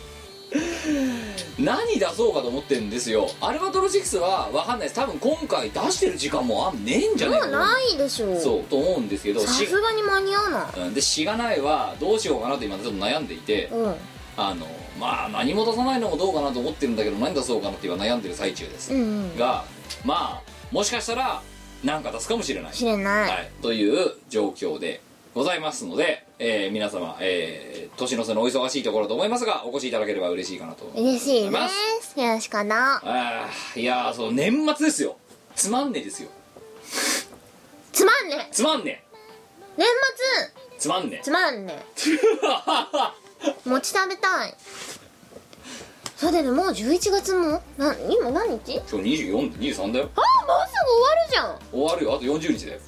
S1: <laughs> 何出そうかと思ってるんですよアルバトロ6は分かんないです多分今回出してる時間もあんねえんじゃね
S3: も
S1: え
S3: うないでしょ
S1: そうと思うんですけど
S3: さ
S1: し
S3: すがに間に合わない。
S1: うんでしがないはどうしようかなと今ちょっと悩んでいて
S3: うん。
S1: あのまあ何も出さないのもどうかなと思ってるんだけど何出そうかなって今悩んでる最中です、
S3: うんうん。
S1: がまあもしかしたら何か出すかもしれない
S3: 知れない。
S1: はい、という状況でございますので、えー皆様、えー年の瀬のお忙しいところだと思いますがお越しいただければ嬉しいかなと
S3: 嬉しい
S1: 思いま
S3: ですす。よろしくな。
S1: あーいやーそう年末ですよつまんねえですよ
S3: つまんね
S1: つまんね
S3: 年
S1: えつまんね
S3: 末つまんね餅食べたい。そうだよね、もう11月もな、今何日
S1: え
S3: あ
S1: 今日2423だよ
S3: あ、もうすぐ終わる
S1: 終わるよあと40日だよ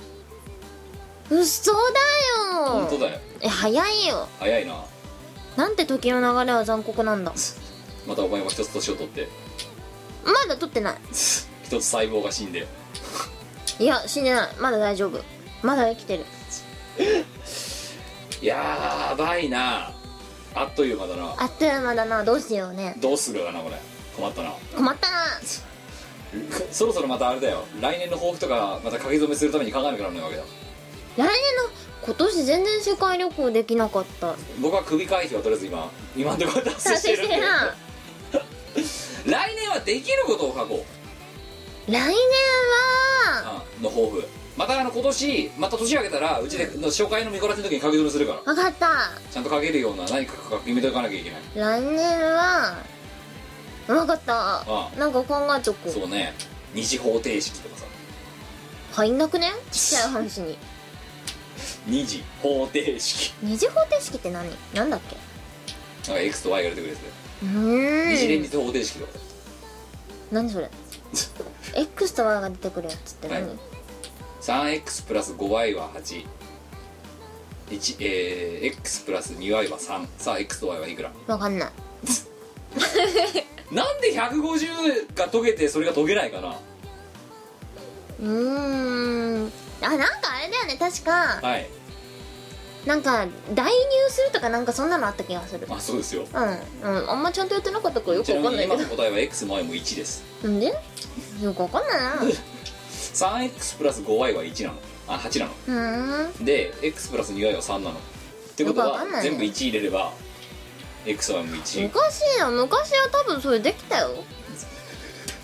S3: じゃん嘘だよ
S1: 本当だよ
S3: え、早いよ。
S1: 早いな
S3: なんて時の流れは残酷なんだ
S1: またお前も一つ年を取って
S3: まだ取ってない
S1: 一つ細胞が死んで
S3: いや死んでないまだ大丈夫まだ生きてる
S1: やばいなあっという間だな
S3: あっという間だなどうしようね
S1: どうするかなこれ困ったな
S3: 困ったな
S1: そろそろまたあれだよ来年の抱負とかまた書き初めするために考えなきゃならないわけだ
S3: 来年の今年全然世界旅行できな
S1: <laughs>
S3: かった
S1: 僕は首回避はとりあえず今今んところ達成してるんで
S3: な
S1: 来年はできることを書こう
S3: 来年は
S1: うんの抱負またあの今年また年明けたらうちでの初回の見こらせの時に書き留めするから
S3: 分かった
S1: ちゃんと書けるような何か書き決めておかなきゃいけない
S3: 来年は分かった
S1: あ
S3: なんか考えとこ
S1: そうね二次方程式とかさ
S3: う入んなくねちっちゃい話に
S1: 二次方程式
S3: 二次方程式って何なんだっけ
S1: なんか X と Y が出てくるやつで
S3: う
S1: 二次連
S3: ーん
S1: 立方程式とか <laughs>
S3: 何それ X と Y が出てくるやつって何、
S1: はい 3x プラス 5y は8 1えー、x プラス 2y は3さあ x と y はいくら
S3: 分かんない
S1: なんで150が解けてそれが解けないかな
S3: うーんあなんかあれだよね確か
S1: はい
S3: なんか代入するとかなんかそんなのあった気がする
S1: まあそうですよ
S3: うんうんあんまちゃんとやってなかったからよく
S1: ち
S3: わ
S1: な
S3: か
S1: み
S3: んな
S1: に
S3: いけ
S1: 今
S3: ど
S1: の答えは x も y も1です
S3: なんでよくわかん
S1: <laughs>
S3: ない
S1: 3x プラス 5y は1なのあ8なの
S3: なうーん
S1: で x プラス 2y は3なのってこと
S3: よくわ
S1: は
S3: かんないね
S1: 全部1入れれば xy も1
S3: 昔よ昔は多分それできたよ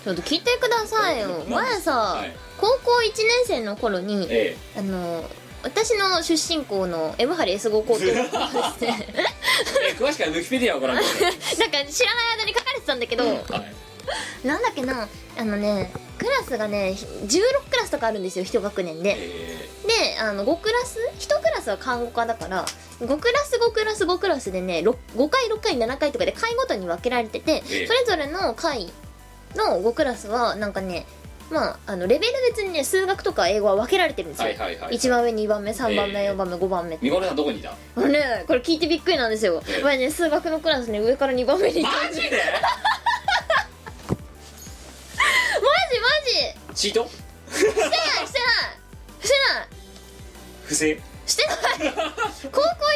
S3: ちょっと聞いてくださいよ
S1: 何
S3: 前さ、
S1: はい
S3: 高校1年生の頃に、
S1: え
S3: あの私の出身校の M ハリ S5
S1: <laughs>
S3: 高等学校でしてなんか
S1: ええ詳しくはウィキペディアをご覧ください
S3: 知らない間に書かれてたんだけど、
S1: はい
S3: なんだっけなあのねクラスがね16クラスとかあるんですよ一学年で
S1: え
S3: であの5クラス1クラスは看護科だから5クラス5クラス5クラスでねろ5回6回7回とかで回ごとに分けられてて、
S1: ええ
S3: それぞれの回の5クラスはなんかねまああのレベル別にね数学とか英語は分けられてるんです
S1: ー
S3: よ、
S1: はいはいはい
S3: 1番目2番目3番目
S1: ええ
S3: 4番目5番目って
S1: みこねさんどこにいた
S3: あのねこれ聞いてびっくりなんですよ
S1: ええ
S3: 前ね数学のクラスね上から2番目にいた
S1: マ
S3: マジ
S1: ジで
S3: マジ
S1: チート
S3: してないしてないしてない
S1: 不正
S3: してない高校1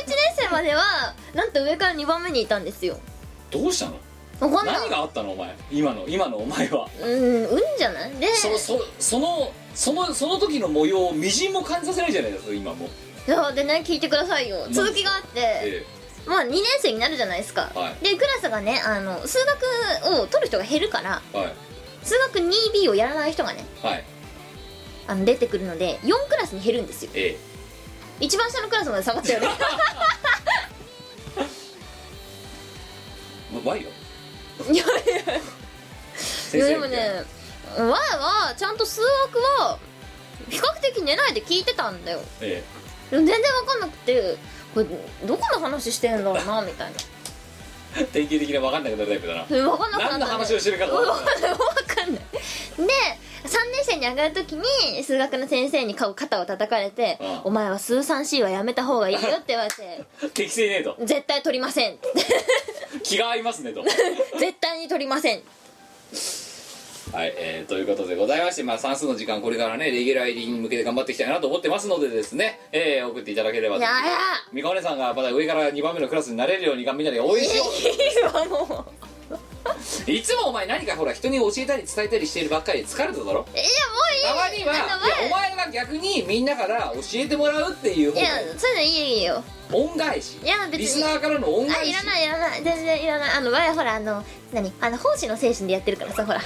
S3: 年生まではなんと上から2番目にいたんですよ
S1: どうしたの
S3: わかんない
S1: 何があったのお前今の今のお前は
S3: うんうんじゃないで
S1: そそそのそのその時の模様をみじんも感じさせないじゃないですか今も
S3: いやでね聞いてくださいよ
S1: 何
S3: 続きがあって
S1: え
S3: まあ2年生になるじゃないですか、
S1: はい
S3: でクラスがねあの数学を取る人が減るから
S1: えはい
S3: 数学 2B をやらない人がね
S1: はい
S3: あの出てくるので4クラスに減るんですよ
S1: ええ
S3: 一番下のクラスまで下がったよね
S1: ま Y よ
S3: いやい
S1: <laughs> 先生
S3: やでもね前はちゃんと数学は比較的寝ないで聞いてたんだよ
S1: え
S3: でも全然わかんなくてこれどこの話してんだろうなみたいな
S1: え典型的な分かんなくなるタイプだな
S3: 分かんなくなった、
S1: 何の話をしてるかと
S3: 分
S1: 思
S3: かんないわかんないで3年生に上がるときに数学の先生に顔肩を叩かれて
S1: うん
S3: 「お前は数 3C はやめた方がいいよ」って言われ
S1: <laughs>
S3: て
S1: 適正ねえと
S3: 「絶対取りません」って <laughs>
S1: 気が合いますねと
S3: 絶対に取りません
S1: はい、えーということでございまして、まあ、算数の時間これからねレギュラー入りに向けて頑張っていきたいなと思ってますのでですね、えー送っていただければ
S3: い
S1: と
S3: やいや
S1: みかお姉さんがまだ上から2番目のクラスになれるようにみんなで応援しよ
S3: いいわもう
S1: ういつもお前何かほら人に教えたり伝えたりしているばっかりで疲れただろ
S3: い
S1: た
S3: やも
S1: ま
S3: ういい
S1: にはいや
S3: あの前
S1: お前が逆にみんなから教えてもらうっていう方
S3: いやそういうのいいよ
S1: 恩返し
S3: いや別に
S1: リスナーからの恩
S3: あ
S1: 返し
S3: いらないいらない全然いらないあの前ほらあの何あの奉仕の精神でやってるからさほら
S1: は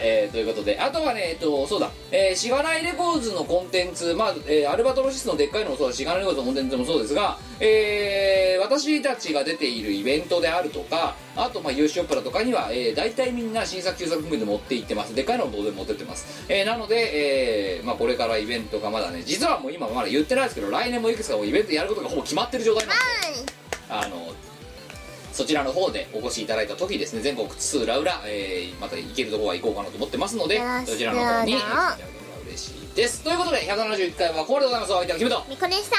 S1: い、えーということであとはねえっとそうだ、えー、しがないレコーズのコンテンツまあ、えーアルバトロシスのでっかいのもそうだしがないレコーズのコンテンツもそうですが、えー私たちが出ているイベントであるとかあとまあ有志オプラとかには、えー、大体みんな新作旧作組で持って行ってますでっかいのも当然持ってってます、えーなので、えーまあ、これからイベントがまだね実はもう今まだ言ってないですけど来年もいくつかもうイベントやることがほぼ決まってる状態なんであのそちらの方でお越しいただいた時ですね全国津々浦々、えーまた行けるところは行こうかなと思ってますので
S3: よろしく
S1: そちらの方に
S3: ど
S1: 行
S3: う
S1: っていただければ嬉
S3: ぞ
S1: しいですということで171回はこれでございますお相手はキムト
S3: みこねさ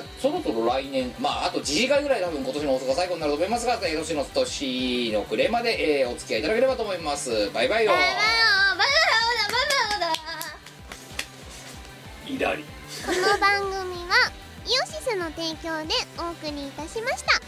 S1: えー、ではそろそろ来年まああと次次回ぐらい多分今年の放送が最後になると思いますがえー年の年の暮れまで、えーお付き合いいただければと思いますバイバイよ
S3: バイバイおバイバイおだバイバ
S1: イいだ
S3: イおだ
S1: り
S2: この番組はイオシスの提供でお送りいたしました